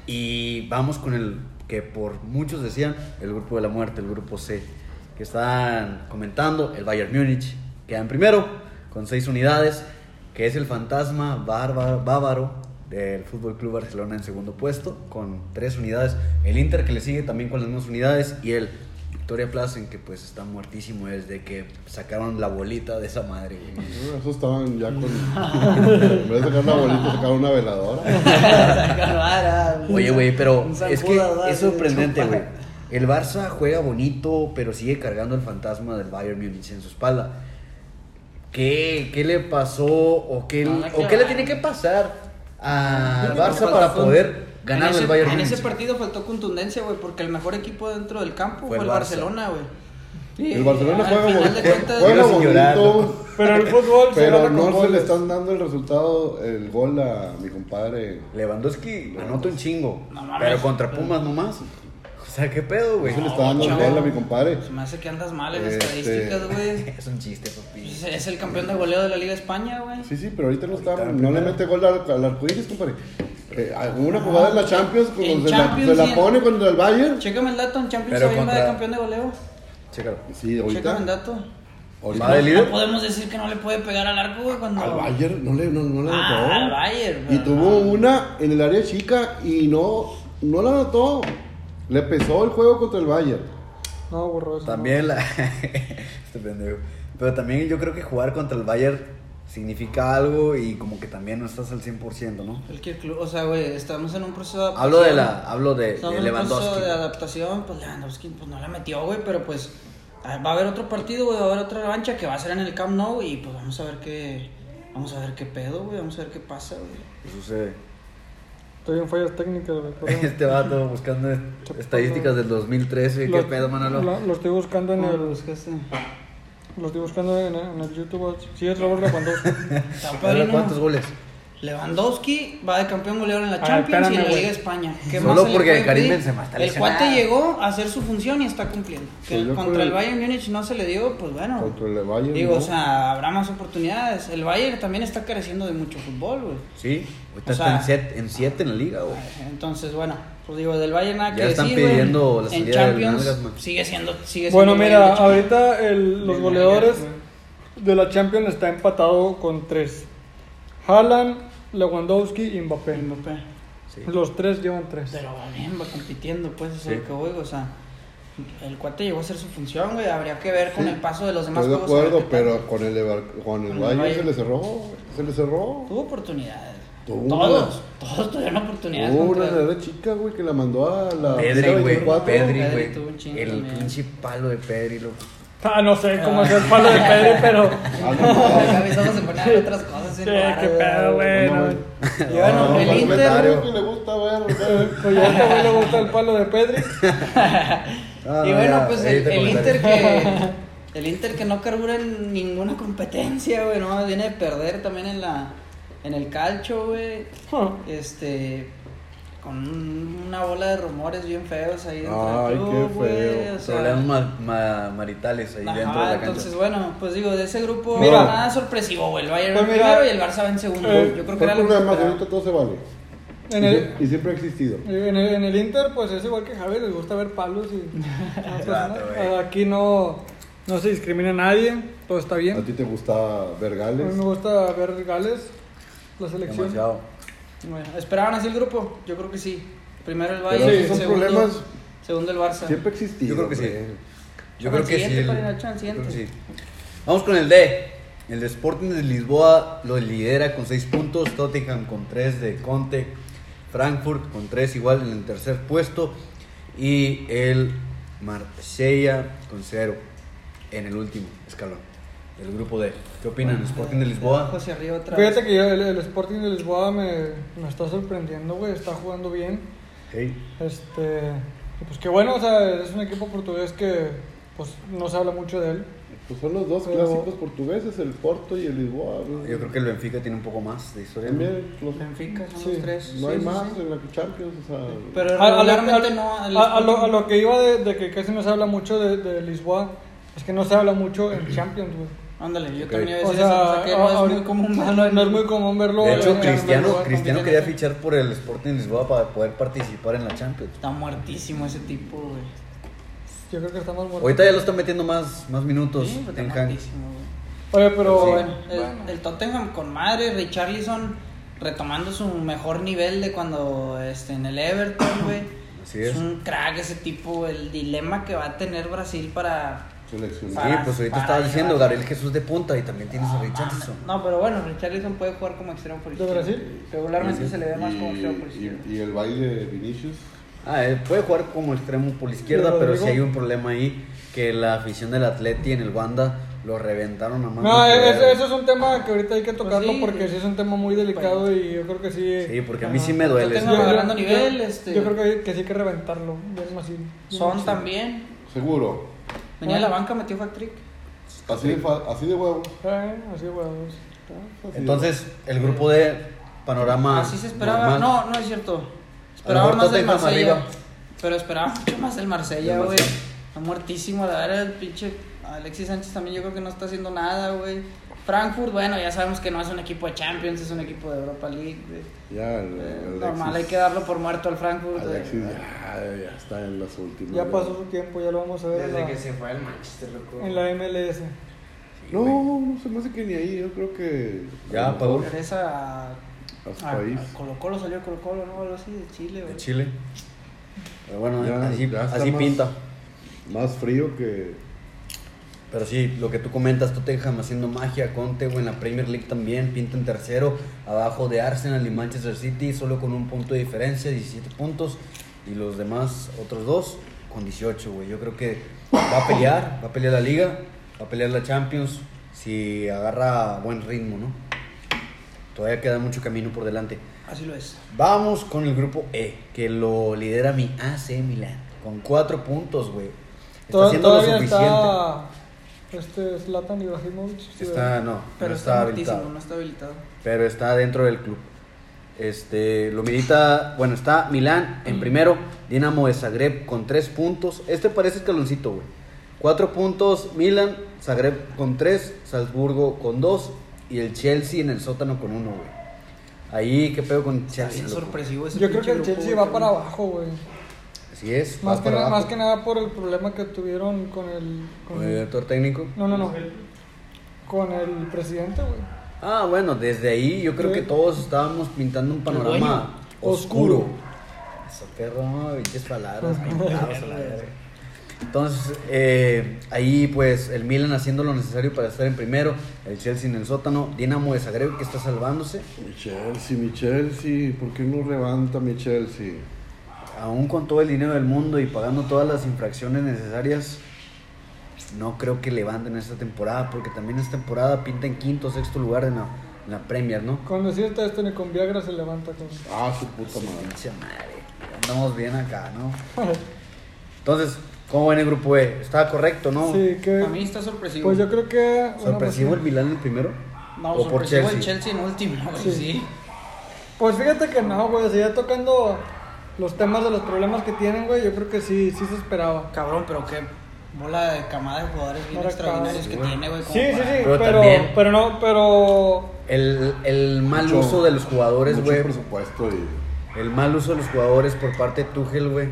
Speaker 1: y vamos con el que por muchos decían el grupo de la muerte, el grupo C, que están comentando el Bayern Múnich, queda en primero con seis unidades, que es el fantasma bárbaro, bávaro del Fútbol Club Barcelona en segundo puesto con tres unidades, el Inter que le sigue también con las mismas unidades y el Victoria Plassen que pues está muertísimo desde que sacaron la bolita de esa madre. güey.
Speaker 3: Eh, Eso estaban ya con. en vez de sacar la bolita, sacaron una veladora.
Speaker 1: Oye, güey, pero
Speaker 4: Un
Speaker 1: es que
Speaker 4: zancudo, ¿verdad?
Speaker 1: es sorprendente,
Speaker 4: Chupa.
Speaker 1: güey. El Barça juega bonito, pero sigue cargando el fantasma del Bayern Múnich en su espalda. ¿Qué, qué le pasó o qué,
Speaker 4: Nada que
Speaker 1: o qué le
Speaker 4: ver.
Speaker 1: tiene que pasar al
Speaker 4: Tiene que
Speaker 1: Barça
Speaker 4: pasar
Speaker 1: para
Speaker 4: con-
Speaker 1: poder ganar
Speaker 4: en ese,
Speaker 1: el Bayern
Speaker 4: En
Speaker 1: Múnich?
Speaker 4: ese partido faltó contundencia, güey, porque el mejor equipo dentro del campo
Speaker 1: Fue
Speaker 4: fue,
Speaker 1: el
Speaker 4: el
Speaker 1: Barça.
Speaker 4: Barcelona, güey. Sí,
Speaker 3: El Barcelona
Speaker 4: al
Speaker 3: juega
Speaker 4: final
Speaker 3: bonito.
Speaker 4: de cuentas-
Speaker 3: Juega
Speaker 1: Ibas a llorar,
Speaker 3: bonito.
Speaker 2: pero el fútbol se
Speaker 3: Pero
Speaker 2: gana con
Speaker 3: no se le
Speaker 2: goles.
Speaker 3: están dando el resultado, el gol a mi compadre.
Speaker 1: Lewandowski anota un chingo,
Speaker 4: pues, No mames.
Speaker 1: pero contra Pumas nomás. O sea, ¿qué pedo, güey?
Speaker 3: No se le está dando el
Speaker 4: chavo.
Speaker 3: gol a mi compadre.
Speaker 4: Se me hace que andas mal en
Speaker 3: Este-
Speaker 4: estadísticas, güey. Pues
Speaker 1: Es un chiste, papi.
Speaker 4: Es, es el campeón de goleo de la Liga de España, güey.
Speaker 3: Sí, sí, pero ahorita no
Speaker 1: Ahorita
Speaker 3: está,
Speaker 1: en
Speaker 3: no le
Speaker 1: primera.
Speaker 3: mete gol al, al arcoíris, compadre. Eh, una jugada en la Champions, como
Speaker 4: en
Speaker 3: se,
Speaker 4: Champions
Speaker 3: la, se
Speaker 4: y
Speaker 3: la
Speaker 4: en-
Speaker 3: pone contra el Bayern.
Speaker 4: Chécame el dato en Champions
Speaker 1: Pero
Speaker 4: League
Speaker 1: contra-
Speaker 4: de campeón de goleo.
Speaker 1: Chécalo.
Speaker 3: Sí,
Speaker 4: Chécame el
Speaker 3: ahorita.
Speaker 4: dato.
Speaker 1: ¿Va de
Speaker 3: ahorita
Speaker 1: líder?
Speaker 4: No podemos decir que no le puede pegar al arco, güey, cuando...
Speaker 3: al Bayern no le, no, no le
Speaker 4: Ah,
Speaker 3: anotó.
Speaker 4: al Bayern,
Speaker 3: Y
Speaker 4: pero-
Speaker 3: tuvo una en el área chica y no, no la anotó. Le pesó el juego contra el Bayern.
Speaker 2: No, borró eso.
Speaker 1: También la... este pendejo. Pero también yo creo que jugar contra el Bayern significa algo y como que también no estás al 100%, ¿no?
Speaker 4: Cualquier club, o sea, güey, estamos en un proceso de adaptación.
Speaker 1: Hablo de la... Hablo de, de
Speaker 4: Estamos en un proceso
Speaker 1: Lewandowski.
Speaker 4: de adaptación, pues Lewandowski pues, no la metió, güey, pero pues a- va a haber otro partido, güey, va a haber otra revancha que va a ser en el Camp Nou y pues vamos a ver qué... Vamos a ver qué pedo, güey, vamos a ver qué pasa, güey.
Speaker 1: Eso sucede.
Speaker 2: Estoy en fallas técnicas, güey. perdón.
Speaker 1: Este vato buscando estadísticas del 2013. ¿Qué
Speaker 2: Lo-
Speaker 1: pedo, Manolo?
Speaker 2: lo- Lo estoy buscando en
Speaker 4: Lo
Speaker 2: el,
Speaker 4: buscaste.
Speaker 2: lo estoy buscando en, en el YouTube. Sí, es Robert Lewandowski.
Speaker 4: Está
Speaker 1: Ahora,
Speaker 4: padrino.
Speaker 1: ¿Cuántos goles?
Speaker 4: Lewandowski va de campeón goleador en la
Speaker 2: ver,
Speaker 4: Champions y
Speaker 2: espérame,
Speaker 4: en la
Speaker 2: güey.
Speaker 4: Liga de España. ¿Qué
Speaker 1: Solo
Speaker 4: más se le
Speaker 1: porque
Speaker 4: puede
Speaker 1: Karim
Speaker 4: pedir?
Speaker 1: Benzema está
Speaker 4: El cuate
Speaker 1: lesionado.
Speaker 4: llegó a hacer su función y está cumpliendo. Que
Speaker 3: Sí, yo
Speaker 4: contra
Speaker 3: creo
Speaker 4: el
Speaker 3: que-
Speaker 4: Bayern Múnich no se le dio, pues bueno.
Speaker 3: Contra el Bayern,
Speaker 4: Digo,
Speaker 3: ¿no?
Speaker 4: o sea, habrá más oportunidades. El Bayern también está careciendo de mucho fútbol, güey.
Speaker 1: Sí, ahorita
Speaker 4: O sea-
Speaker 1: está en siete, en siete en la liga, güey.
Speaker 4: Entonces, bueno, pues digo, del Bayern nada
Speaker 1: Ya
Speaker 4: que
Speaker 1: están
Speaker 4: decir, güey.
Speaker 1: pidiendo la
Speaker 4: En
Speaker 1: salida del
Speaker 4: Champions
Speaker 1: Nalgas, man.
Speaker 4: sigue siendo sigue
Speaker 2: Bueno,
Speaker 4: siendo
Speaker 2: mira,
Speaker 4: Bayern de
Speaker 2: ahorita el- los
Speaker 4: Del
Speaker 2: goleadores
Speaker 4: Bayern,
Speaker 2: de la Champions está empatado con tres. Haaland, Lewandowski y Mbappé.
Speaker 4: Champions. Mbappé.
Speaker 1: Sí.
Speaker 2: Los tres llevan tres.
Speaker 4: Pero va bien, va compitiendo, pues, eso
Speaker 1: Sí.
Speaker 4: es lo que voy, o sea, el cuate llegó a hacer su función, güey, habría que ver con
Speaker 3: Sí.
Speaker 4: el paso de los demás
Speaker 3: Estoy de
Speaker 4: juegos, a ver
Speaker 3: acuerdo,
Speaker 4: qué tal.
Speaker 3: pero con el, Lever- con
Speaker 4: Con
Speaker 3: el
Speaker 4: el
Speaker 3: Bayern se
Speaker 4: Bayern.
Speaker 3: le cerró. Se le cerró.
Speaker 4: Tuvo oportunidades.
Speaker 3: Tuvo
Speaker 4: todos, todos tuvieron oportunidades.
Speaker 3: Hubo Oh, una
Speaker 4: contra-
Speaker 3: de la chica, güey, que la mandó a la. Ah,
Speaker 1: Pedri, güey.
Speaker 3: 24.
Speaker 1: Pedri,
Speaker 4: Pedri tuvo un
Speaker 1: güey.
Speaker 4: chingo
Speaker 1: El
Speaker 4: también.
Speaker 1: pinche palo de Pedri, loco.
Speaker 2: Ah, no sé cómo es el palo de Pedri, pero.
Speaker 3: Ah, no, no.
Speaker 4: Acá mis ojos se ponían en otras cosas.
Speaker 2: Sí,
Speaker 4: bien raras,
Speaker 2: qué pedo, güey.
Speaker 3: No,
Speaker 2: no.
Speaker 3: Ah, no.
Speaker 4: Y bueno,
Speaker 1: No,
Speaker 4: el
Speaker 1: mal
Speaker 4: Inter,
Speaker 1: comentario.
Speaker 3: que le gusta ver. güey.
Speaker 2: Pues ya también le gusta el palo de Pedri.
Speaker 1: Ah,
Speaker 4: y
Speaker 1: no,
Speaker 4: bueno,
Speaker 1: ya,
Speaker 4: pues
Speaker 1: ahí
Speaker 4: el,
Speaker 1: te
Speaker 4: el
Speaker 1: comentaré.
Speaker 4: Inter que. El Inter que no carbura en ninguna competencia, güey, no, viene de perder también en la. En el calcho, güey. Este. Con un- una bola de rumores bien feos ahí dentro
Speaker 3: Ay,
Speaker 4: del club,
Speaker 3: qué
Speaker 4: güey,
Speaker 3: feo.
Speaker 4: o sea,
Speaker 1: Problemas ma- ma- maritales ahí
Speaker 4: ajá,
Speaker 1: dentro de la cancha.
Speaker 4: entonces bueno, pues digo, de ese grupo
Speaker 2: Mira.
Speaker 4: nada sorpresivo, güey. El Bayern
Speaker 2: Pues
Speaker 4: en
Speaker 2: mira,
Speaker 4: primero y el Barça va en segundo.
Speaker 2: eh,
Speaker 4: Yo creo que
Speaker 3: Fue
Speaker 4: era lo que
Speaker 3: una más,
Speaker 4: esperaba.
Speaker 3: ahorita todo se vale.
Speaker 2: En
Speaker 3: Y
Speaker 2: el,
Speaker 3: sie- Y siempre ha existido.
Speaker 2: En el, en el Inter, pues es igual que Javier, les gusta ver palos y. no pasa
Speaker 1: Rato,
Speaker 2: nada.
Speaker 1: güey.
Speaker 2: Aquí no, no se discrimina a nadie, todo está
Speaker 3: ¿A
Speaker 2: bien.
Speaker 3: ti te gusta ver
Speaker 2: A
Speaker 3: Gales?
Speaker 2: mí me gusta ver Gales, la selección.
Speaker 1: Demasiado.
Speaker 4: Bueno, esperaban así el grupo, yo creo que sí. Primero el
Speaker 3: Pero
Speaker 4: Bayern,
Speaker 3: esos son
Speaker 4: segundo,
Speaker 3: problemas
Speaker 4: segundo el Barça.
Speaker 3: siempre ha existido.
Speaker 1: Yo creo que sí.
Speaker 3: güey.
Speaker 1: Yo
Speaker 4: Al
Speaker 1: creo que sí.
Speaker 4: siguiente,
Speaker 1: el-
Speaker 4: Padre Nacho, al
Speaker 1: yo creo que
Speaker 4: siguiente.
Speaker 1: sí. Vamos con el D. El de Sporting de Lisboa lo lidera con 6 puntos. Tottenham con 3 de Conte. Frankfurt con 3 igual en el tercer puesto. Y el Marsella con 0 en el último escalón. El grupo D. ¿Qué opinan? Sporting de Lisboa.
Speaker 4: Abajo hacia arriba otra vez.
Speaker 2: Fíjate que yo- el, el Sporting de Lisboa me, me está sorprendiendo, güey, está jugando bien.
Speaker 1: Hey.
Speaker 2: Este, y pues qué bueno, o sea, es un equipo portugués que pues no se habla mucho de él.
Speaker 3: Pues son los dos
Speaker 2: Pero-
Speaker 3: clásicos portugueses, el Porto y el Lisboa. güey.
Speaker 1: Yo creo que el Benfica tiene un poco más de historia. ¿no?
Speaker 3: También los-
Speaker 4: Benfica son
Speaker 2: Sí,
Speaker 4: los tres.
Speaker 3: no
Speaker 4: Sí,
Speaker 3: hay
Speaker 4: sí,
Speaker 3: más
Speaker 4: sí.
Speaker 3: en la Champions. O sea,
Speaker 4: Pero
Speaker 2: A- a lo-
Speaker 4: regularmente
Speaker 2: a-
Speaker 4: no. al
Speaker 2: a- a lo, a
Speaker 4: Sporting.
Speaker 2: lo que iba de, de que casi no se habla mucho de, de Lisboa, es que no se habla mucho en Champions, güey.
Speaker 4: Ándale, yo
Speaker 1: Ok.
Speaker 4: también iba a
Speaker 2: O
Speaker 4: decir
Speaker 2: sea,
Speaker 4: eso. O sea, que no
Speaker 2: a-
Speaker 4: es
Speaker 2: ahorita-
Speaker 4: muy común
Speaker 2: no,
Speaker 4: verlo en-
Speaker 2: no es muy común verlo.
Speaker 1: De
Speaker 2: en- en-
Speaker 1: hecho,
Speaker 2: en-
Speaker 1: Cristiano,
Speaker 2: en-
Speaker 1: Cristiano quería fichar por el Sporting de Lisboa para poder participar en la Champions.
Speaker 4: Está muertísimo ese tipo, güey.
Speaker 2: Yo creo que está más muerto.
Speaker 1: Ahorita ya lo están metiendo más, más minutos.
Speaker 4: Sí, pero
Speaker 1: Ten
Speaker 4: está
Speaker 1: Hag.
Speaker 4: muertísimo, güey.
Speaker 2: Oye, pero
Speaker 1: Sí.
Speaker 2: bueno,
Speaker 4: El, el Tottenham con madre, Richarlison retomando su mejor nivel de cuando este, en el Everton, güey.
Speaker 1: Así es.
Speaker 4: un crack ese tipo, el dilema que va a tener Brasil para...
Speaker 1: Sí,
Speaker 3: seleccionar.
Speaker 4: Para-
Speaker 1: pues ahorita
Speaker 4: para
Speaker 1: estabas diciendo
Speaker 4: llevar.
Speaker 1: Gabriel Jesús de punta y también tienes a Richardson.
Speaker 4: No, pero bueno, Richarlison puede jugar como extremo por
Speaker 2: ¿De
Speaker 4: izquierda.
Speaker 2: Brasil?
Speaker 4: Regularmente
Speaker 1: Sí, sí.
Speaker 4: se le ve más como extremo por
Speaker 3: y,
Speaker 4: izquierda.
Speaker 3: y- y el baile de Vinicius.
Speaker 1: Ah, él puede jugar como extremo por la izquierda,
Speaker 2: ¿Y
Speaker 1: pero
Speaker 2: Rodrigo?
Speaker 1: sí hay un problema ahí que la afición del Atleti en el Wanda lo reventaron a mano.
Speaker 2: no, eso, eso es un tema que ahorita hay que tocarlo
Speaker 4: Pues sí,
Speaker 2: porque
Speaker 4: sí.
Speaker 2: sí es un tema muy delicado y yo creo que sí.
Speaker 1: Sí, porque a mí
Speaker 4: Ajá.
Speaker 1: sí me duele.
Speaker 4: Tottenham
Speaker 1: sí.
Speaker 4: agarrando nivel, este.
Speaker 2: yo creo que, que sí hay que reventarlo. bien así.
Speaker 4: Son también.
Speaker 3: Seguro.
Speaker 4: Venía de la banca, metió hat-trick.
Speaker 3: Así de, fa- así de huevo.
Speaker 2: Eh, así, huevos.
Speaker 3: Así de
Speaker 1: Entonces, el grupo de panorama.
Speaker 4: Así Ah, se esperaba.
Speaker 1: normal.
Speaker 4: No, no es cierto. Esperaba
Speaker 1: mejor
Speaker 4: más del
Speaker 1: Tottenham
Speaker 4: Marsella.
Speaker 1: arriba.
Speaker 4: Pero esperaba mucho más del Marsella,
Speaker 1: Del
Speaker 4: güey.
Speaker 1: Marsella.
Speaker 4: Está muertísimo. La verdad, el pinche Alexis Sánchez también yo creo que no está haciendo nada, güey. Frankfurt, bueno, ya sabemos que no es un equipo de Champions, es un equipo de Europa League. güey.
Speaker 3: Ya, el,
Speaker 4: Eh,
Speaker 3: el
Speaker 4: Normal,
Speaker 3: Alexis-
Speaker 4: hay que darlo por muerto al Frankfurt. güey.
Speaker 3: Alexis ya, ya está en las últimas.
Speaker 2: Ya pasó su tiempo, ya lo vamos a ver en la,
Speaker 1: fue al Manchester, loco.
Speaker 2: en la MLS.
Speaker 3: No, no se me hace que ni ahí. Yo creo que.
Speaker 1: Ya,
Speaker 3: a lo mejor
Speaker 4: Regresa a,
Speaker 3: A su
Speaker 4: a-
Speaker 3: país.
Speaker 4: a Colo Colo, salió Colo Colo, ¿no? Algo así de Chile, güey.
Speaker 1: De Chile. Pero bueno,
Speaker 3: Ya,
Speaker 1: así,
Speaker 3: ya está
Speaker 1: así
Speaker 3: más-
Speaker 1: pinta.
Speaker 3: Más frío que.
Speaker 1: Pero sí, lo que tú comentas, Tottenham haciendo magia, Conte, güey, en la Premier League también, pinta en tercero, abajo de Arsenal y Manchester City, solo con un punto de diferencia, 17 puntos, y los demás, otros dos, con 18, güey. Yo creo que va a pelear, va a pelear la Liga, va a pelear la Champions, si agarra buen ritmo, ¿no? Todavía queda mucho camino por delante.
Speaker 4: Así lo es.
Speaker 1: Vamos con el grupo E, que lo lidera mi AC Milan, con 4 puntos, güey. Está
Speaker 2: Tod-
Speaker 1: haciendo lo
Speaker 2: todavía
Speaker 1: suficiente.
Speaker 2: está Este es Latan Ibrahimovic. sí,
Speaker 1: Está,
Speaker 2: ¿verdad?
Speaker 1: no,
Speaker 4: Pero
Speaker 1: no
Speaker 4: está
Speaker 1: está
Speaker 4: muertísimo,
Speaker 1: habilitado.
Speaker 4: no está habilitado.
Speaker 1: Pero está dentro del club. Este, lo milita, bueno, está Milán
Speaker 2: Mm.
Speaker 1: en primero, Dinamo de Zagreb con tres puntos. Este parece escaloncito, güey. Cuatro puntos, Milán, Zagreb con tres, Salzburgo con dos y el Chelsea en el sótano con uno, güey. Ahí, ¿qué pedo con
Speaker 4: Está
Speaker 1: Chelsea?
Speaker 4: bien
Speaker 1: loco?
Speaker 4: sorpresivo ese
Speaker 2: Yo creo
Speaker 4: pinche
Speaker 2: que el
Speaker 4: grupo,
Speaker 2: Chelsea
Speaker 4: güey,
Speaker 2: va para
Speaker 4: cabrón.
Speaker 2: abajo, güey.
Speaker 1: Así es,
Speaker 2: Más,
Speaker 1: va
Speaker 2: que
Speaker 1: para
Speaker 2: na-
Speaker 1: abajo.
Speaker 2: más que nada por el problema que tuvieron con el.
Speaker 1: Con
Speaker 2: Con
Speaker 1: el
Speaker 2: el
Speaker 1: director técnico.
Speaker 2: no, no, no. Con el presidente, güey.
Speaker 1: Ah, bueno, desde ahí yo creo
Speaker 2: Sí.
Speaker 1: que todos estábamos pintando un panorama
Speaker 2: Oscuro.
Speaker 1: oscuro. Eso, perro, no, pinches palabras, pintados a la verga. Entonces, eh, ahí pues el Milan haciendo lo necesario para estar en primero, el Chelsea en el sótano, Dinamo de Zagreb que está salvándose,
Speaker 3: Mi Chelsea, mi Chelsea, ¿por qué no levanta mi Chelsea?
Speaker 1: aún con todo el dinero del mundo y pagando todas las infracciones necesarias, no creo que levanten esta temporada, porque también esta temporada pinta en quinto o sexto lugar en la, en la Premier, ¿no?
Speaker 2: Con decirte esto, ni con Viagra se levanta. Con...
Speaker 3: Ah, su puta madre.
Speaker 1: Pinche madre, andamos bien acá, ¿no? Entonces, ¿cómo ven el grupo E? Está correcto, ¿no?
Speaker 2: Sí,
Speaker 4: Para mí
Speaker 2: que.
Speaker 4: está sorpresivo.
Speaker 2: Pues yo creo que. bueno,
Speaker 1: ¿Sorpresivo el
Speaker 2: pues,
Speaker 1: Milan el primero?
Speaker 4: No,
Speaker 1: ¿O por
Speaker 4: sorpresivo
Speaker 1: Chelsea?
Speaker 4: el Chelsea en último, güey,
Speaker 2: Sí.
Speaker 4: sí.
Speaker 2: Pues fíjate que no, güey. O sea, ya tocando los temas de los problemas que tienen, güey, yo creo que sí, sí se esperaba.
Speaker 4: Cabrón, pero qué bola de camada de jugadores bien
Speaker 2: Ahora
Speaker 4: extraordinarios
Speaker 2: acá,
Speaker 4: que
Speaker 1: güey.
Speaker 4: tiene, güey.
Speaker 2: Sí,
Speaker 4: como
Speaker 2: sí,
Speaker 4: para-
Speaker 2: sí,
Speaker 1: Pero
Speaker 2: pero,
Speaker 1: también-
Speaker 2: pero, no, pero.
Speaker 1: El, el mal
Speaker 3: Mucho-
Speaker 1: uso de los jugadores,
Speaker 3: Mucho
Speaker 1: güey.
Speaker 3: presupuesto y...
Speaker 1: El mal uso de los jugadores por parte de Tuchel, güey.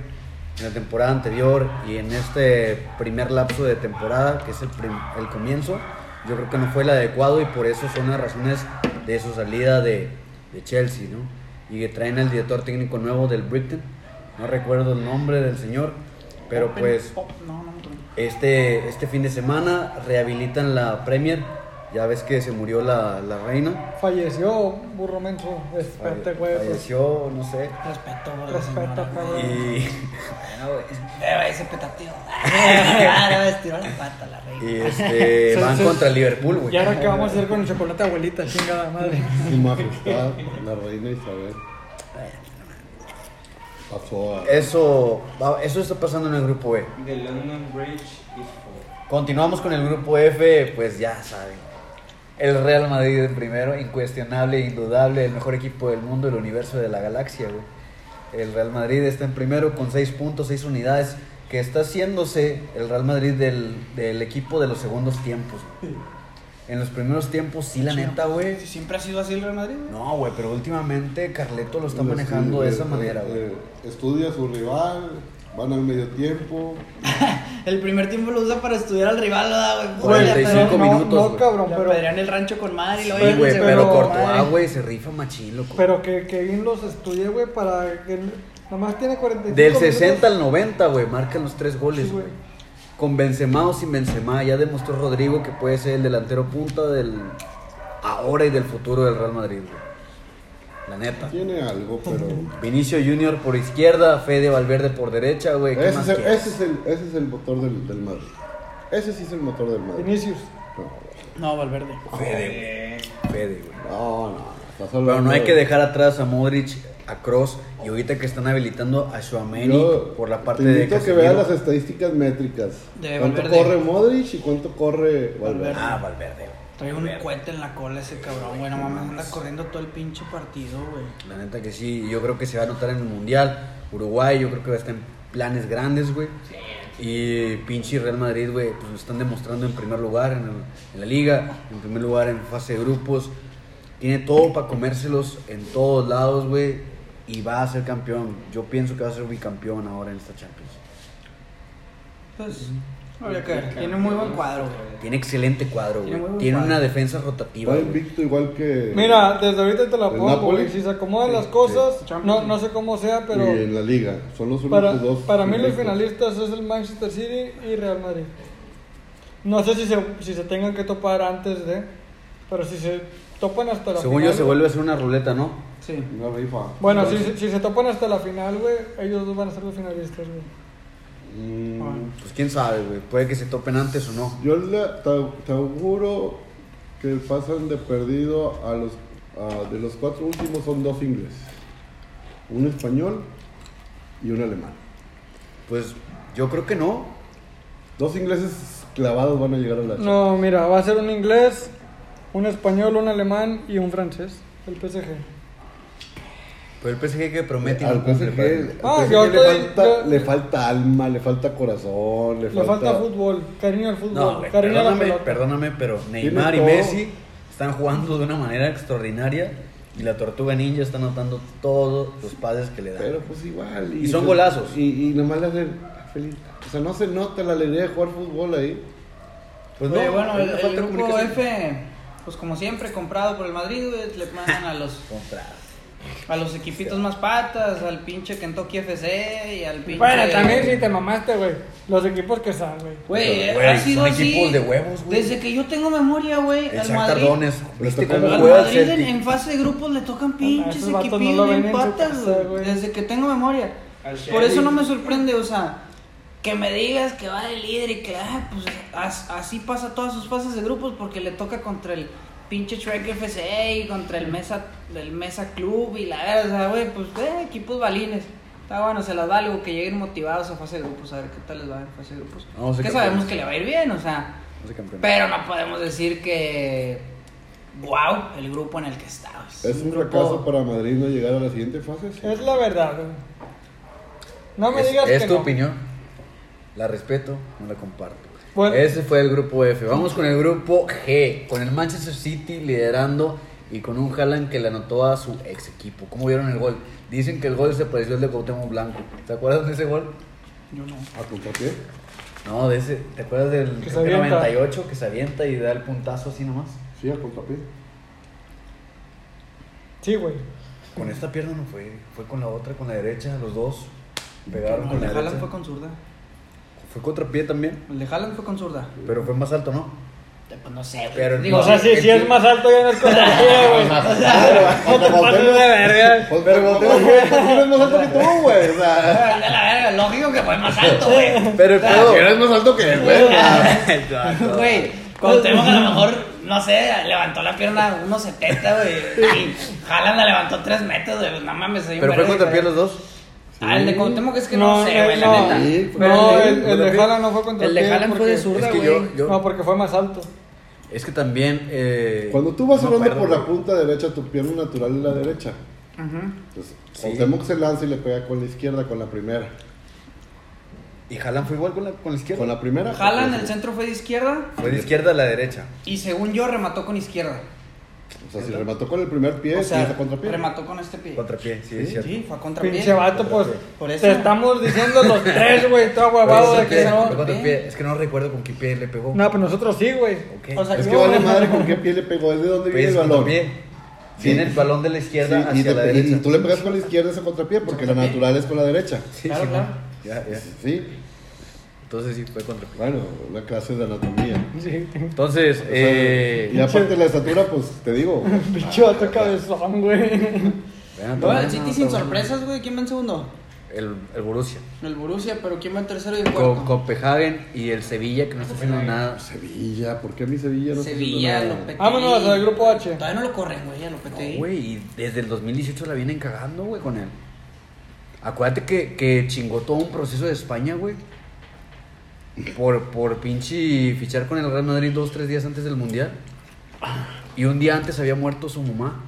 Speaker 1: En la temporada anterior y en este primer lapso de temporada, que es el, prim- el comienzo, yo creo que no fue el adecuado y por eso son las razones de su salida de, de Chelsea, ¿no? Y que traen al director técnico nuevo del Brighton. No recuerdo el nombre del señor, pero
Speaker 4: Open,
Speaker 1: pues
Speaker 4: pop, no, no, no.
Speaker 1: Este, este fin de semana rehabilitan la Premier. Ya ves que se murió la, la reina.
Speaker 2: Falleció burro menso. Espérate, güey. pues.
Speaker 1: Falleció, no sé.
Speaker 4: Respeto, güey.
Speaker 2: Respeto, cabrón.
Speaker 1: Y,
Speaker 4: Pero ese petateo. Ah, le va a estirar la pata a la reina.
Speaker 1: y, este, van
Speaker 2: Entonces,
Speaker 1: contra Liverpool, güey.
Speaker 2: ¿Y ahora qué vamos a hacer con el chocolate abuelita? Chingada madre.
Speaker 3: Su majestad, la reina Isabel. Pasó
Speaker 1: Eh,
Speaker 3: a...
Speaker 1: Eso, va- eso está pasando en el grupo E.
Speaker 5: The London Bridge is full.
Speaker 1: Continuamos con el grupo F, pues ya saben. El Real Madrid en primero, incuestionable, indudable, el mejor equipo del mundo, el universo de la galaxia, güey. El Real Madrid está en primero con 6 puntos, 6 unidades, que está haciéndose el Real Madrid del, del equipo de los segundos tiempos. güey. En los primeros tiempos, sí, la neta, güey.
Speaker 4: Si Siempre ha sido así el Real Madrid, güey.
Speaker 1: No, güey, pero últimamente Carleto lo está manejando de esa
Speaker 3: Eh,
Speaker 1: manera, güey.
Speaker 3: eh, Estudia a su rival, van al medio tiempo.
Speaker 4: El primer tiempo lo usa para estudiar al rival, ¿verdad, güey.
Speaker 2: Güey,
Speaker 1: 45
Speaker 2: no,
Speaker 4: pero-
Speaker 1: minutos,
Speaker 2: No,
Speaker 1: güey.
Speaker 2: cabrón,
Speaker 4: Le
Speaker 2: pero,
Speaker 4: apedrean el rancho con madre y lo
Speaker 1: Sí, güey,
Speaker 2: pero-
Speaker 1: pero
Speaker 4: madre.
Speaker 1: Courtois, güey, se rifa machín, loco.
Speaker 2: pero que Kevin los estudie, güey, para que... Nomás tiene 45
Speaker 1: Del
Speaker 2: minutos.
Speaker 1: 60 al 90, güey, marcan los tres goles,
Speaker 2: Sí,
Speaker 1: güey.
Speaker 2: güey.
Speaker 1: Con Benzema o sin Benzema, ya demostró Rodrigo que puede ser el delantero punta del ahora y del futuro del Real Madrid, güey. La neta.
Speaker 3: Tiene algo, pero...
Speaker 1: Vinicio Junior por izquierda, Fede Valverde por derecha, güey. ¿Qué
Speaker 3: Ese
Speaker 1: más
Speaker 3: es, el,
Speaker 1: quieres?
Speaker 3: ese, es el, ese es el motor del, del Madrid. Ese sí es el motor del Madrid.
Speaker 2: Vinicius.
Speaker 3: No,
Speaker 4: No, Valverde.
Speaker 1: Fede, güey. Fede, güey.
Speaker 3: no, no. estás
Speaker 1: Pero no
Speaker 3: hablando
Speaker 1: hay
Speaker 3: de-
Speaker 1: que dejar atrás a Modric, a Cross y ahorita que están habilitando a Shuameni
Speaker 3: Yo
Speaker 1: por la parte
Speaker 3: te
Speaker 1: de
Speaker 3: invito a que
Speaker 1: Casemiro.
Speaker 3: veas las estadísticas métricas.
Speaker 4: De
Speaker 3: ¿Cuánto
Speaker 4: Valverde.
Speaker 3: corre Modric y cuánto corre Valverde?
Speaker 4: Valverde.
Speaker 1: Ah, Valverde. güey.
Speaker 4: Trae un
Speaker 1: Valverde.
Speaker 4: cohete en la cola ese cabrón, güey. No mames, anda corriendo todo el pinche partido, güey.
Speaker 1: La neta que sí, yo creo que se va a notar en el Mundial. Uruguay, yo creo que va a estar en planes grandes, güey. Y pinche Real Madrid, güey, pues lo están demostrando en primer lugar en, el- en la liga, en primer lugar en fase de grupos. Tiene todo para comérselos en todos lados, güey. Y va a ser campeón. Yo pienso que va a ser bicampeón ahora en esta Champions.
Speaker 4: Pues, habría que ver. Tiene muy buen cuadro, güey.
Speaker 1: Tiene excelente cuadro, güey.
Speaker 4: Tiene muy
Speaker 1: Tiene,
Speaker 4: buen cuadro.
Speaker 1: una defensa rotativa,
Speaker 3: Va
Speaker 1: güey.
Speaker 3: invicto igual que.
Speaker 2: Mira, desde ahorita te la
Speaker 3: ¿El
Speaker 2: pongo,
Speaker 3: Napoli?
Speaker 2: güey. Si se acomodan
Speaker 3: Sí,
Speaker 2: las cosas,
Speaker 4: sí.
Speaker 2: no, no sé cómo sea, pero...
Speaker 3: Y en la liga. Son los
Speaker 2: Para,
Speaker 3: únicos dos.
Speaker 2: para mí los
Speaker 3: invictos.
Speaker 2: finalistas es el Manchester City y Real Madrid. No sé si se, si se tengan que topar antes de... Pero si se topan hasta la
Speaker 1: Según yo,
Speaker 2: final,
Speaker 1: se vuelve a hacer una ruleta, ¿no?
Speaker 4: Sí.
Speaker 3: Una rifa.
Speaker 2: Bueno, si, si se topan hasta la final, güey, ellos dos van a ser los finalistas, güey.
Speaker 3: Mm,
Speaker 1: Pues quién sabe, güey. Puede que se topen antes o no.
Speaker 3: yo le- te, te auguro que pasan de perdido a los. a- de los cuatro últimos son dos ingleses. Un español y un alemán.
Speaker 1: Pues yo creo que no.
Speaker 3: Dos ingleses clavados van a llegar a la Champions.
Speaker 2: No, mira, va a ser un inglés, un español, un alemán y un francés. El PSG.
Speaker 1: Pero el PSG que promete y
Speaker 3: Al
Speaker 1: no cumple,
Speaker 3: PSG,
Speaker 1: padre.
Speaker 2: Ah,
Speaker 3: al PSG
Speaker 2: yo
Speaker 3: le,
Speaker 2: estoy-
Speaker 3: falta,
Speaker 2: yo-
Speaker 3: le falta alma, le falta corazón, le,
Speaker 2: Le falta fútbol, cariño al fútbol,
Speaker 1: No, güey,
Speaker 2: cariño a la
Speaker 1: perdóname,
Speaker 2: pelota.
Speaker 1: perdóname, pero Neymar y
Speaker 3: todo.
Speaker 1: Messi están jugando de una manera extraordinaria y la Tortuga Ninja está anotando todos los pases que le dan.
Speaker 3: Pero pues igual.
Speaker 1: Y son golazos.
Speaker 3: Y, y nomás le hacen ah, feliz. O sea, no se nota la alegría de jugar fútbol ahí.
Speaker 1: pues
Speaker 4: Oye,
Speaker 1: no,
Speaker 4: bueno,
Speaker 1: ahí
Speaker 4: el,
Speaker 1: le
Speaker 4: el
Speaker 1: falta
Speaker 4: grupo
Speaker 1: comunicación.
Speaker 4: F, pues como siempre, comprado por el Madrid, güey, le mandan a los,
Speaker 1: Contra.
Speaker 4: a los equipitos más patas, al pinche Kentucky FC y al pinche...
Speaker 2: Bueno, también sí te mamaste, güey. Los equipos que están, güey.
Speaker 4: Güey,
Speaker 1: Pero, güey,
Speaker 4: ha sido
Speaker 1: son
Speaker 4: así
Speaker 1: equipos de huevos, güey.
Speaker 4: Desde que yo tengo memoria, güey,
Speaker 1: El
Speaker 4: al
Speaker 1: Shakhtar
Speaker 4: Madrid...
Speaker 1: Donetsk, ¿viste Este,
Speaker 3: tocó
Speaker 1: cómo
Speaker 4: Al
Speaker 3: Al
Speaker 1: juega el
Speaker 4: Madrid en,
Speaker 1: Celtic?
Speaker 4: en fase de grupos le tocan pinches
Speaker 2: Ah, esos vatos no
Speaker 4: equipillos
Speaker 2: lo ven
Speaker 4: en
Speaker 2: en su
Speaker 4: patas,
Speaker 2: casa,
Speaker 4: güey,
Speaker 2: güey.
Speaker 4: Desde que tengo memoria.
Speaker 5: Al
Speaker 4: Por
Speaker 5: Sheriff.
Speaker 4: eso no me sorprende, o sea, que me digas que va de líder y que, ah, pues as- así pasa todas sus fases de grupos porque le toca contra el pinche Trek FC y contra el Mesa, el Mesa Club y la verdad, o sea, güey, pues, güey, equipos balines. Está bueno, se las valgo que lleguen motivados a fase de grupos, a ver qué tal les va en fase de grupos.
Speaker 1: Vamos a ser
Speaker 4: que
Speaker 1: campeones.
Speaker 4: sabemos que le va a ir bien, o sea.
Speaker 1: No sé, campeón.
Speaker 4: Pero no podemos decir que. ¡Wow! El grupo en el que estabas.
Speaker 3: Es un
Speaker 4: grupo-
Speaker 3: fracaso para Madrid no llegar a la siguiente fase. sí.
Speaker 2: Es la verdad, güey. No me
Speaker 1: es,
Speaker 2: digas
Speaker 1: es
Speaker 2: que
Speaker 1: tu
Speaker 2: no.
Speaker 1: opinión. La respeto, no la comparto.
Speaker 2: Bueno.
Speaker 1: Ese fue el grupo F. Vamos con el grupo G, con el Manchester City liderando y con un Haaland que le anotó a su ex equipo. ¿Cómo vieron el gol? Dicen que el gol se pareció al de Cuauhtémoc Blanco. ¿Te acuerdas de ese gol?
Speaker 4: Yo no.
Speaker 3: ¿A contra qué?
Speaker 1: No, de ese, ¿te acuerdas del
Speaker 2: Que se
Speaker 1: creo que
Speaker 2: avienta.
Speaker 1: 98 que se avienta y da el puntazo así nomás?
Speaker 3: Sí, a contra qué.
Speaker 2: Sí, güey.
Speaker 1: Con esta pierna no fue, fue con la otra, con la derecha, los dos pegaron
Speaker 4: No,
Speaker 1: con
Speaker 4: el de
Speaker 1: la
Speaker 4: Haaland
Speaker 1: derecha.
Speaker 4: fue con zurda.
Speaker 1: Fue contra pie también,
Speaker 4: El de Haaland fue con zurda.
Speaker 1: pero fue más alto, ¿no?
Speaker 4: Pues no sé, güey.
Speaker 1: Pero-
Speaker 4: Digo,
Speaker 2: O sea,
Speaker 1: sí,
Speaker 2: si, si es más alto ya no es cosa tuya, güey. O sea, no te pases de verga.
Speaker 3: Pues, Pero no tengo que es más alto que tú, güey. O sea,
Speaker 4: de la verga, lógico que fue más alto, güey.
Speaker 1: Pero el pedo-
Speaker 3: eres más alto que él, güey.
Speaker 1: Exacto.
Speaker 4: Güey, Cuauhtémoc a lo mejor, no sé, levantó la pierna 1.70, güey. Y Haaland la levantó 3 metros, güey. No mames, soy un
Speaker 1: Pero fue
Speaker 4: verga,
Speaker 1: contra
Speaker 4: güey.
Speaker 1: pie los dos.
Speaker 4: Ah, el de Cuauhtémoc es que no, sé, güey,
Speaker 2: no,
Speaker 4: la neta.
Speaker 3: Sí,
Speaker 2: no,
Speaker 3: pero-
Speaker 2: el, el de Haaland no fue contra
Speaker 4: El de
Speaker 2: pie,
Speaker 4: Haaland fue de
Speaker 2: porque-
Speaker 4: zurda,
Speaker 1: Es que
Speaker 4: güey.
Speaker 1: yo- yo-
Speaker 2: No, porque fue más alto.
Speaker 1: Es que también. eh,
Speaker 3: Cuando tú vas
Speaker 1: no
Speaker 3: hablando
Speaker 1: acuerdo,
Speaker 3: por la
Speaker 1: güey.
Speaker 3: punta derecha, tu pierna natural es la derecha.
Speaker 4: Ujú.
Speaker 3: Entonces,
Speaker 1: Sí.
Speaker 3: Cuauhtémoc se lanza y le pega con la izquierda, con la primera.
Speaker 1: Y Jalan fue igual con la, con la izquierda.
Speaker 3: Con la primera.
Speaker 4: Haaland,
Speaker 3: pues,
Speaker 4: el centro fue de izquierda.
Speaker 1: Fue de izquierda a la derecha.
Speaker 4: Y según yo, remató con izquierda.
Speaker 3: O sea, si remató con el primer pie,
Speaker 4: o sea,
Speaker 3: sí, es a contra pie.
Speaker 4: remató con este pie.
Speaker 1: Contra pie, sí, es cierto.
Speaker 4: Sí, fue a contrapié.
Speaker 2: Pinche vato, pues.
Speaker 4: Por eso.
Speaker 2: Te estamos diciendo los tres, güey, todo
Speaker 1: Fue
Speaker 2: aguabado de
Speaker 1: contra
Speaker 2: que
Speaker 1: pie, fue
Speaker 2: no.
Speaker 1: contra pie. Es que no recuerdo con qué pie le pegó.
Speaker 2: No, pero nosotros sí, güey.
Speaker 1: Ok.
Speaker 4: O sea,
Speaker 3: Es
Speaker 4: yo-
Speaker 3: que vale madre con qué pie le pegó, es de dónde
Speaker 1: Pues,
Speaker 3: viene el
Speaker 1: contra
Speaker 3: balón.
Speaker 1: pie.
Speaker 3: Sí.
Speaker 1: Viene el balón de la
Speaker 3: Sí,
Speaker 1: izquierda
Speaker 3: y,
Speaker 1: hacia
Speaker 3: te-
Speaker 1: la
Speaker 3: y
Speaker 1: derecha.
Speaker 3: tú le pegas con la izquierda, es a contrapié, porque la
Speaker 4: Contrapié.
Speaker 3: natural es con la derecha.
Speaker 1: Sí,
Speaker 4: Claro,
Speaker 1: sí,
Speaker 4: claro.
Speaker 1: bueno. Ya, ya.
Speaker 3: Sí,
Speaker 1: Entonces sí, fue contra pie.
Speaker 3: bueno, la clase de anatomía.
Speaker 2: Sí.
Speaker 1: Entonces,
Speaker 3: O sea,
Speaker 1: eh.
Speaker 3: y aparte la estatura, pues te digo,
Speaker 2: Pinche vato cabezón, güey.
Speaker 1: vean,
Speaker 4: No, el
Speaker 1: toma,
Speaker 4: City
Speaker 1: no,
Speaker 4: sin
Speaker 1: toma.
Speaker 4: sorpresas, güey. ¿Quién va en segundo?
Speaker 1: El, el Borussia.
Speaker 4: El Borussia, pero ¿quién va en tercero y en
Speaker 1: Co-
Speaker 4: cuarto?
Speaker 1: Copenhagen y el Sevilla que no está haciendo nada.
Speaker 3: Sevilla, ¿por qué a mí Sevilla no se
Speaker 4: Sevilla,
Speaker 3: hizo nada?
Speaker 4: Lopetegui.
Speaker 2: Vámonos al grupo H.
Speaker 4: Todavía no lo corren, güey, a
Speaker 1: No,
Speaker 4: Lopetegui.
Speaker 1: güey, y desde el 2018 la vienen cagando, güey, con él. Acuérdate que, que chingó todo un proceso de España, güey. Por, por pinche fichar con el Real Madrid dos, tres días antes del Mundial. Y un día antes había muerto su mamá.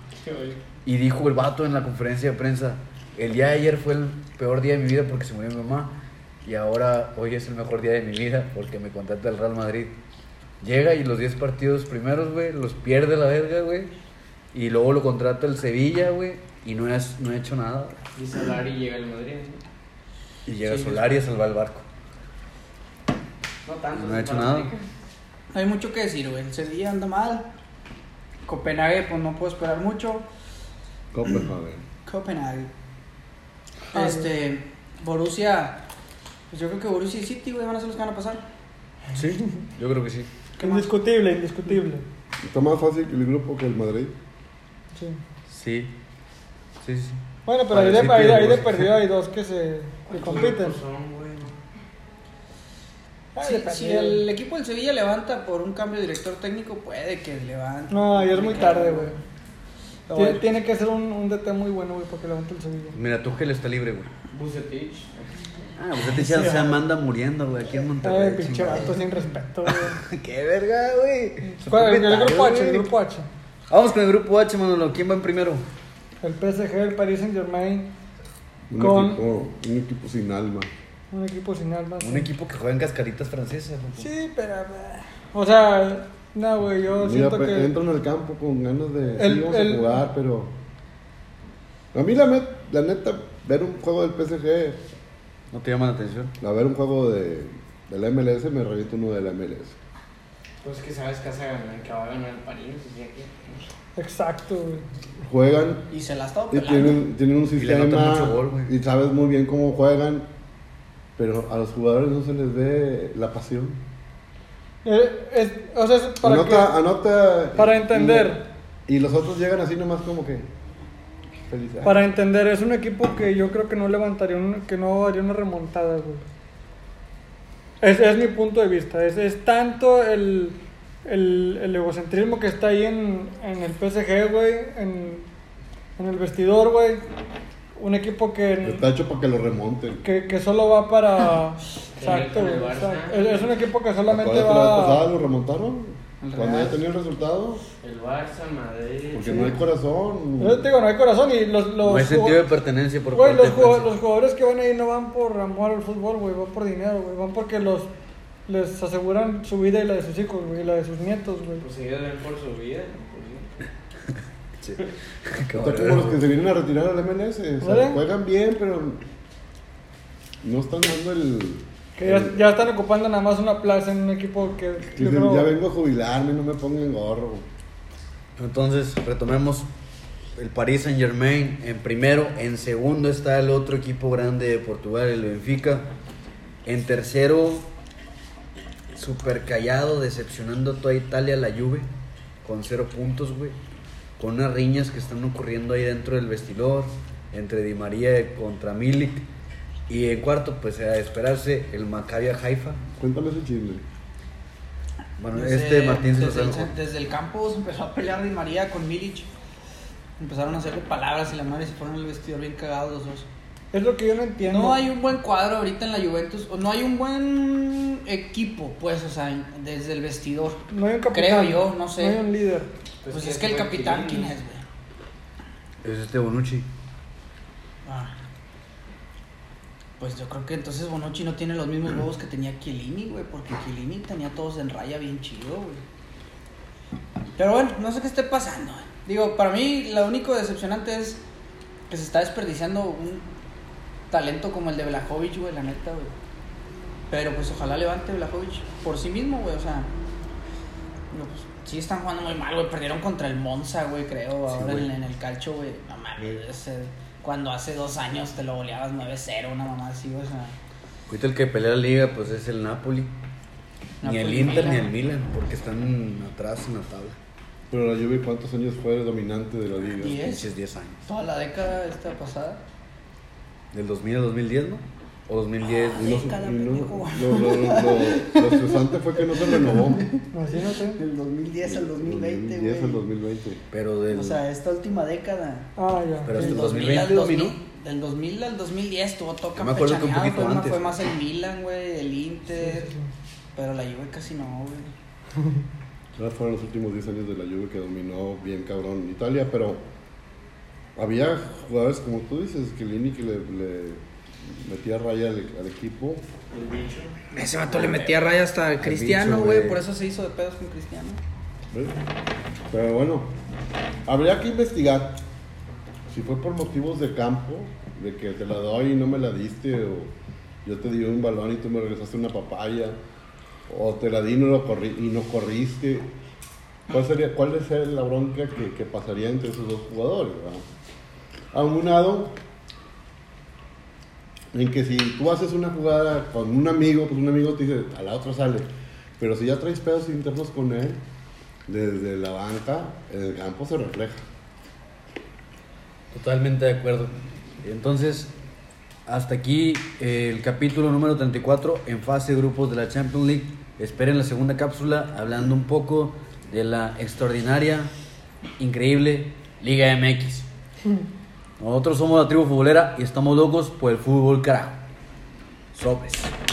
Speaker 1: Y dijo el vato en la conferencia de prensa, el día de ayer fue el peor día de mi vida porque se murió mi mamá. Y ahora hoy es el mejor día de mi vida porque me contrata el Real Madrid. Llega y los 10 partidos primeros, güey, los pierde la verga, güey. Y luego lo contrata el Sevilla, güey. Y no, es, no ha hecho nada.
Speaker 5: Y Solari llega al Madrid.
Speaker 1: Y llega Solari a salvar el barco.
Speaker 5: No
Speaker 2: Ah,
Speaker 5: tanto.
Speaker 1: No ha hecho nada.
Speaker 4: Hay mucho que decir, güey. El Sevilla anda mal. Copenhague, pues no puedo esperar mucho.
Speaker 3: Copenhague.
Speaker 4: Copenhague. Este, Borussia. Pues yo creo que Borussia y City, güey, van a ser los que van a pasar.
Speaker 1: Sí, yo creo que sí.
Speaker 2: Indiscutible, indiscutible.
Speaker 3: Está más fácil que el grupo que el Madrid.
Speaker 2: Sí.
Speaker 1: Sí. Sí, sí, sí.
Speaker 2: Bueno, pero
Speaker 1: Para
Speaker 2: ahí
Speaker 1: el
Speaker 2: de,
Speaker 1: City
Speaker 2: ahí,
Speaker 1: y el
Speaker 2: ahí de
Speaker 1: Borussia.
Speaker 2: perdido hay dos que se que compiten. Ay,
Speaker 4: Si,
Speaker 2: de
Speaker 4: si
Speaker 2: perdido.
Speaker 4: el equipo del Sevilla levanta por un cambio de director técnico, puede que levante.
Speaker 2: No, ya es muy tarde, güey. Tiene, tiene que ser un, un DT muy bueno, güey, para que levante el Sevilla.
Speaker 1: Mira, Tuchel está libre, güey.
Speaker 5: Bucetich.
Speaker 1: Ah, pues este ya se manda muriendo, güey, aquí en Monterrey.
Speaker 2: Ay, pinche
Speaker 1: chingada.
Speaker 2: vato sin respeto, güey.
Speaker 1: Qué verga, güey.
Speaker 2: ¿Cuál? El grupo H, el
Speaker 1: Güey.
Speaker 2: grupo H.
Speaker 1: Vamos con el grupo H, Manolo. ¿Quién va en primero?
Speaker 2: El PSG, el Paris Saint Germain,
Speaker 3: Un,
Speaker 2: Con-
Speaker 3: equipo, un equipo sin alma.
Speaker 2: un equipo sin alma.
Speaker 1: Un equipo que juega en cascaritas francesas. ¿no?
Speaker 2: Sí, pero. eh, O sea, no, güey, yo
Speaker 3: Mira,
Speaker 2: siento
Speaker 3: pe-
Speaker 2: que.
Speaker 3: entro en el campo con ganas de sí,
Speaker 2: El-
Speaker 3: vamos
Speaker 2: el-
Speaker 3: a jugar, pero a mí la, met- la neta ver un juego del PSG,
Speaker 1: ¿No te llama la atención?
Speaker 3: a ver un juego de, de la MLS me reviento uno de la MLS.
Speaker 5: Pues que sabes que, vas a ganar, que va a ganar el París. y ya que-
Speaker 2: Exacto, güey.
Speaker 3: Juegan
Speaker 4: Y se la ha estado
Speaker 3: y
Speaker 4: pelando.
Speaker 3: tienen, tienen un
Speaker 1: le
Speaker 3: sistema
Speaker 1: anotan mucho gol, güey.
Speaker 3: y sabes muy bien cómo juegan, pero a los jugadores no se les ve la pasión.
Speaker 2: Eh, es- o sea, es para
Speaker 3: anota,
Speaker 2: que.
Speaker 3: anota
Speaker 2: para entender.
Speaker 3: Y, los otros llegan así nomás como que feliz.
Speaker 2: Para entender, es un equipo que yo creo que no levantaría, un- que no haría una remontada, güey. Es, es mi punto de vista. Es, es tanto el, el, el egocentrismo que está ahí en, en el PSG, güey, en, en el vestidor, güey. Un equipo que,
Speaker 3: Está hecho para que lo remonten.
Speaker 2: que, que solo va para... Exacto,
Speaker 5: con el
Speaker 2: güey,
Speaker 5: Barça.
Speaker 2: exacto. Es, es un equipo que solamente
Speaker 3: Acuérdate, la vez pasada
Speaker 2: va...
Speaker 3: lo remontaron.
Speaker 4: El
Speaker 3: Cuando
Speaker 4: Real.
Speaker 3: ya tenía el resultado.
Speaker 5: El Barça, Madrid.
Speaker 3: Porque no hay corazón.
Speaker 2: Yo te digo, no hay corazón y los... los
Speaker 1: No hay sentido
Speaker 2: jugo-
Speaker 1: de pertenencia por
Speaker 2: Güey,
Speaker 1: parte
Speaker 2: los,
Speaker 1: de
Speaker 2: jugo-
Speaker 1: Francia.
Speaker 2: los jugadores que van ahí no van por amor al fútbol, güey, van por dinero, güey, van porque los les aseguran su vida y la de sus hijos, güey, y la de sus nietos, güey.
Speaker 5: Pues ellos ven por su vida. pues,
Speaker 1: Sí.
Speaker 3: Está como los que se vienen a retirar al MLS. o sea,
Speaker 2: ¿Vale?
Speaker 3: juegan bien, pero no están dando el.
Speaker 2: Que ya,
Speaker 3: el-
Speaker 2: ya están ocupando nada más una plaza en un equipo que yo
Speaker 3: dicen,
Speaker 2: creo-
Speaker 3: ya vengo a jubilarme, no me pongan gorro.
Speaker 1: Entonces, retomemos. El Paris Saint Germain en primero. En segundo está el otro equipo grande de Portugal, el Benfica. En tercero, super callado, decepcionando a toda Italia, la Juve. Con cero puntos, güey. Con unas riñas que están ocurriendo ahí dentro del vestidor. Entre Di María contra Milik. Y en cuarto, pues a esperarse el Maccabi Haifa.
Speaker 3: Cuéntame ese chisme.
Speaker 1: Bueno,
Speaker 4: Desde-
Speaker 1: este Martín se lo
Speaker 4: desde,
Speaker 1: sabe
Speaker 4: el,
Speaker 1: mejor.
Speaker 4: desde el campo se empezó a pelear Di María con Milic. Empezaron a hacerle palabras y la madre se fueron al vestidor bien cagados los dos.
Speaker 2: Es lo que yo no entiendo.
Speaker 4: No hay un buen cuadro ahorita en la Juventus, o no hay un buen equipo, pues, o sea, en- desde el vestidor.
Speaker 2: No hay un capitán.
Speaker 4: Creo yo, no sé.
Speaker 2: No hay un líder.
Speaker 4: Pues, es que el capitán, ¿quién es, güey?
Speaker 1: Es este Bonucci.
Speaker 4: Ah. Pues yo creo que entonces Bonucci no tiene los mismos huevos que tenía Chiellini, güey, porque Chiellini tenía todos en raya bien chido, güey. Pero bueno, no sé qué esté pasando. güey. Digo, para mí lo único decepcionante es que se está desperdiciando un talento como el de Vlahovic, güey, la neta, güey. Pero pues ojalá levante Vlahovic por sí mismo, güey, o sea. digo, pues, sí están jugando muy mal, güey, perdieron contra el Monza, güey, creo, ahora en, en el calcho, güey. No mames, ese- cuando hace dos años te lo goleabas 9-0, una mamá así, güey, o sea.
Speaker 1: Ahorita el que pelea la liga pues es el Napoli. Ni
Speaker 4: Napoli,
Speaker 1: el Inter ni
Speaker 4: Milan.
Speaker 1: el Milan, porque están atrás en la tabla.
Speaker 3: Pero la Juve, ¿cuántos años fue el dominante de la liga?
Speaker 4: Diez. ¿Es?
Speaker 1: Pinches 10 años.
Speaker 4: Toda la década esta pasada.
Speaker 1: Del 2000 al 2010, ¿no? O 2010.
Speaker 3: Y no-
Speaker 4: Década,
Speaker 3: y no-
Speaker 4: pendejo.
Speaker 3: lo, lo- lo- lo- lo estresante fue que no se renovó.
Speaker 2: Así no sé.
Speaker 4: Del 2010 al 2020,
Speaker 3: 2010 al
Speaker 4: güey.
Speaker 3: 2020.
Speaker 1: Pero del.
Speaker 4: O sea, esta última década.
Speaker 2: Ah, ya.
Speaker 1: Pero
Speaker 4: del
Speaker 1: hasta el
Speaker 4: 2000 al
Speaker 1: 2020
Speaker 4: 2000, Del 2000 al 2010 tuvo todo
Speaker 1: Yo me acuerdo que un
Speaker 4: campechaneado,
Speaker 1: poquito
Speaker 4: fue, más-
Speaker 1: antes.
Speaker 4: fue más el Milan, güey, el Inter. Pero la Juve casi no, güey.
Speaker 3: Esos fueron los últimos 10 años de la Juve que dominó bien cabrón Italia, pero había jugadores como tú dices, que Lini que le, le metía raya al, al equipo.
Speaker 5: El bicho.
Speaker 4: Ese vato le metía raya hasta a Cristiano,
Speaker 1: bicho,
Speaker 4: güey.
Speaker 1: güey.
Speaker 4: Por eso se hizo de pedos con Cristiano.
Speaker 3: ¿ves? Pero bueno, habría que investigar si fue por motivos de campo, de que te la doy y no me la diste, o yo te di un balón y tú me regresaste una papaya, o te la di y no, lo corri- y no corriste. ¿Cuál sería, cuál sería la bronca que, que pasaría entre esos dos jugadores? verdad? A un lado, en que si tú haces una jugada con un amigo, pues un amigo te dice, a la otra sale. Pero si ya traes pedos internos con él, desde la banca, en el campo se refleja.
Speaker 1: Totalmente de acuerdo. Entonces, hasta aquí eh, el capítulo número 34 en fase de grupos de la Champions League. Esperen la segunda cápsula hablando un poco de la extraordinaria, increíble Liga MX. Nosotros somos la tribu futbolera y estamos locos por el fútbol, carajo. Sobres.